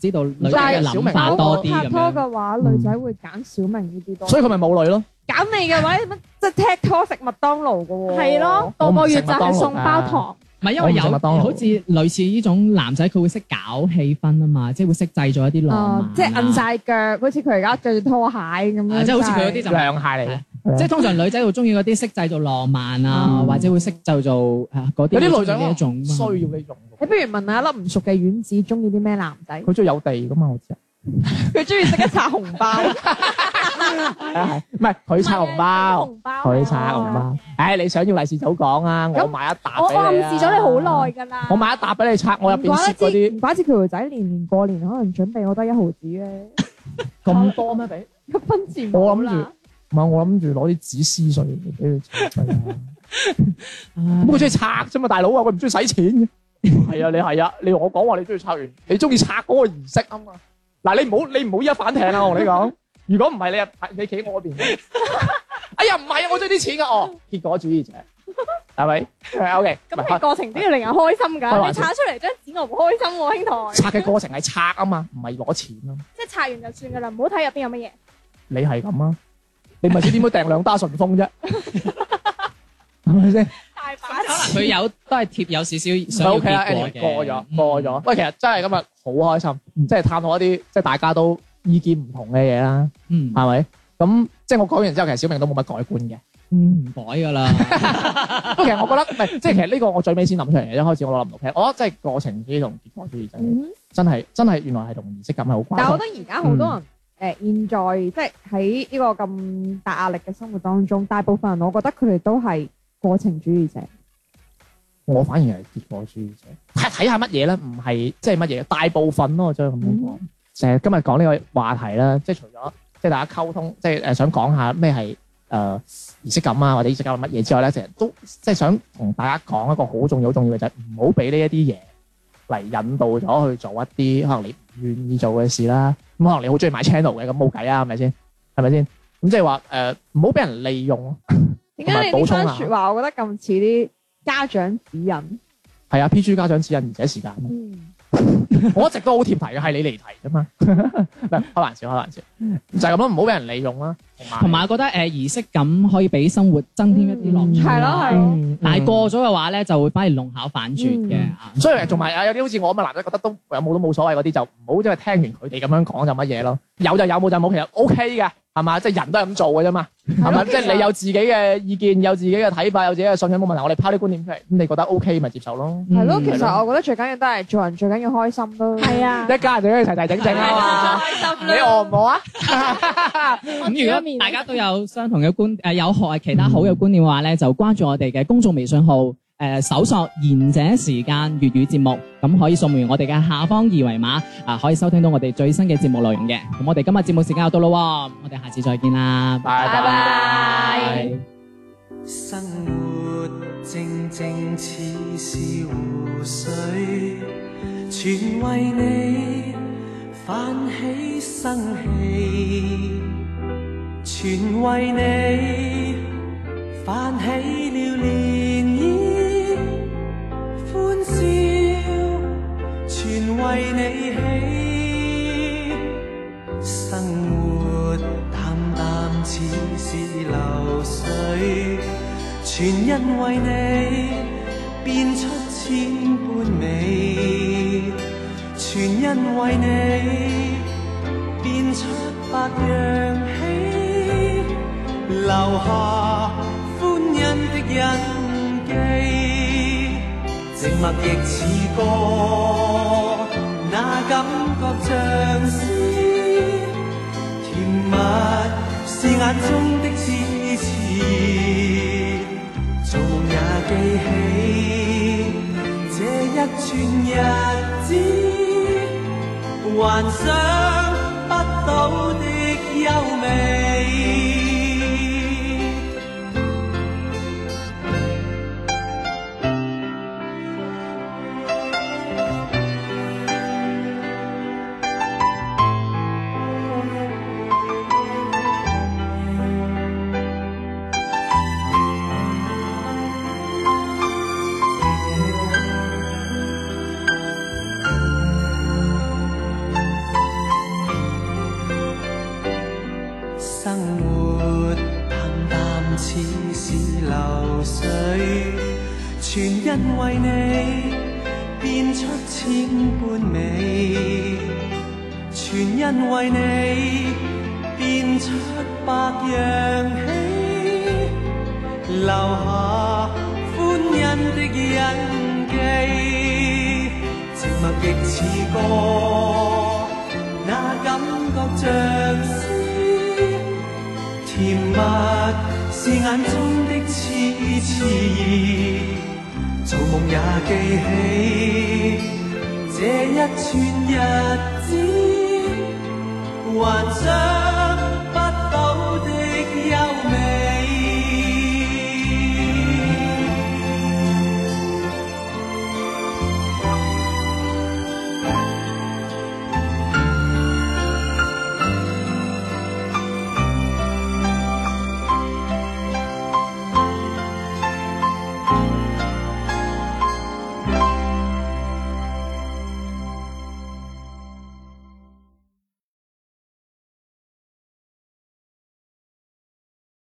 S2: 知道女仔嘅諗法多啲
S1: 拍
S2: 咁
S1: 拖
S2: 樣，
S1: 嘅話，女仔會揀小明呢啲
S2: 嗯
S1: 多。
S3: 所以佢咪冇女咯。
S1: 揀你嘅 話，你乜即係踢拖食麥當勞嘅喎。
S4: 係咯，
S3: 哦我
S4: 個
S3: 唔食
S4: 個月就係送
S3: 麥當
S4: 包
S3: 勞㗎
S4: 糖，
S2: 唔係因
S3: 我
S2: 為
S3: 唔食
S2: 有
S3: 麥當勞
S2: 好似類似呢種男仔，佢會識搞氣氛啊嘛，即係會識製造一啲浪
S1: 啊
S2: 漫，，
S1: 即係摁。晒腳，好似佢而家着住拖鞋咁
S2: 啊
S1: 樣。
S2: 即係好似佢嗰啲就
S3: 兩下嚟嘅，
S2: 即係通常女仔會中意嗰啲識製造浪漫啊，
S3: 嗯
S2: 或者會識製造啊嗰啲
S3: 有啲女仔可
S2: 呢一
S3: 能
S2: 種嘛
S3: 需要呢種㗎。
S1: 你不如問下一粒唔熟嘅丸子中意啲咩男仔？
S3: 佢中意有地噶嘛，我知啊。
S1: 佢中意食一拆紅包，
S3: 啊係唔係佢拆紅包，
S4: 紅包啊
S3: 佢拆紅包。唉，你想要利是早講啊，哦我
S4: 咁
S3: 買一沓
S4: 我
S3: 俾你啊
S4: 我暗示咗你好耐。㗎啦。
S3: 我買一沓俾你拆，我入
S1: 唔
S3: 邊
S1: 怪
S3: 攝
S1: 得
S3: 嗰
S1: 知
S3: 啲
S1: 唔怪之佢條仔年年過年可能準備我得一毫子咧，
S3: 咁多咩俾？
S1: 一分錢
S3: 我
S1: 冇
S3: 諗住
S1: 啦。
S3: 唔係我諗住攞啲紙撕碎嚟俾佢拆啊㗎啦。
S2: 啊
S3: 咁佢中意拆啫嘛，大佬啊，佢唔中意使錢嘅。係啊，你係啊，你同我講話你中意拆完，你中意拆嗰個儀式啊嘛。嗱，你唔好你唔好依家反艇啊！我同你 講，如果唔係你啊，你企我嗰 邊。哎呀，唔係啊，我中意啲錢噶哦，結果主義者係 咪係？OK，唔
S4: 咁
S3: 係
S4: 係過程都要令人開
S3: 開
S4: 心㗎，
S3: 玩
S4: 你
S3: 笑
S4: 拆出嚟張紙我唔開心喎，兄台。
S3: 拆嘅過程係拆啊嘛，唔係攞錢啊嘛。
S4: 即係拆完就算㗎啦，唔好睇入邊 有乜嘢。
S3: 你係咁啊，你咪知點解訂兩打順豐啫？係咪先？
S4: 大把
S2: 佢有都係貼有少少
S3: 唔係
S2: 想要
S3: OK 啦
S2: 結果
S3: ，Anyway，
S2: 嘅，嗯
S3: 過咗過咗。喂，其實真係今日好開心，即係探討一啲即係大家都意見唔同嘅嘢啦，
S2: 嗯，
S3: 係咪？咁即係我講完之後，其實小明都冇乜改觀嘅。
S2: 嗯，唔改噶啦，
S3: 不過其實我覺得唔係，即係其實呢個我最尾先諗出嚟嘅，一開始我諗唔到。其實我覺得即係過程啲同結果主義真係真係真係原來係同儀式感係好關
S1: 但係我
S3: 係。
S1: 覺得而家好多人誒，現在即係喺呢個咁大壓力嘅生活當中，大部分人我覺得佢哋都係過程主義者。
S3: 我反而係結果主義者，睇睇下乜嘢咧，唔係即係乜嘢，大部分咯，我將咁樣講。成日今日講呢個話題啦，即係除咗即係大家溝通，即係誒想講下咩係誒儀式感啊，或者儀式感係乜嘢之外咧，成日都即係想同大家講一個好重要、好重要嘅就係唔好俾呢一啲嘢嚟引導咗去做一啲可能你唔願意做嘅事啦。咁可能你好中意買 channel 嘅，咁冇計啊，係咪先？係咪先？咁即係話誒，唔好俾人利用咯。
S1: 點解你呢
S3: 同埋
S1: 番
S3: 補充下
S1: 説話，我覺得咁似啲家長指引？
S3: 係啊，PG 家長指引而且時間。
S1: 嗯，
S3: 我一直都好貼題嘅，係你離題啫嘛。 唔係開玩笑，開玩笑，就係咁咯，唔好俾人利用啦。
S2: 同埋我覺得誒儀式感可以俾生活增添一啲樂趣
S1: 係
S2: 啦，
S1: 咯係咯。
S3: 嗯
S2: 但係過咗嘅話咧，就會反而弄巧反拙嘅。
S1: 嗯
S2: 啊
S3: 所以同埋啊，有啲好似我咁嘅男仔，覺得都有冇都冇所謂嗰啲，就唔好因為聽完佢哋咁樣講就乜嘢咯。有就有，冇就冇，其實 O K 嘅，係嘛？即係人都係咁做嘅啫嘛，係咪？即係你有自己嘅意見，有自己嘅睇法，有自己嘅信仰，冇問題。我哋拋啲觀點出嚟，咁你覺得 O K 咪接受咯。
S1: 係咯，
S2: 嗯
S1: 其實我覺得最緊要都係做人最緊要開心咯。
S4: 係啊，
S3: 一家人就要齊齊整整啊嘛。
S4: 開
S3: 你餓唔餓啊？
S2: 咁如果大家都有相同嘅觀誒、呃有學其他好嘅觀念嘅話咧，就關注我哋嘅公眾微信號誒、搜索賢者時間粵語節目，咁可以掃描我哋嘅下方二維碼啊，可以收聽到我哋最新嘅節目內容嘅。咁我哋今日節目時間又到咯喎，我哋下次再見啦，
S3: 拜
S4: 拜。
S6: 生活正正似是湖水，全為你泛起生氣，全為你泛起了漣漪，歡笑全為你起。生活淡淡似是流水，全因為你變出千般美，全因為你變出百樣喜，留下歡欣的印記。靜默亦似歌，那感覺像詩。甜蜜是眼中的痴痴，做夢也記起這一串日子，幻想不到的優美。生活淡淡似是流水，全因為你變出千般美，全因為你變出百樣喜，留下歡欣的印記，靜默亦似歌，那感覺像詩。甜蜜是眼中的痴痴意，做夢也記起這一串日子，幻想。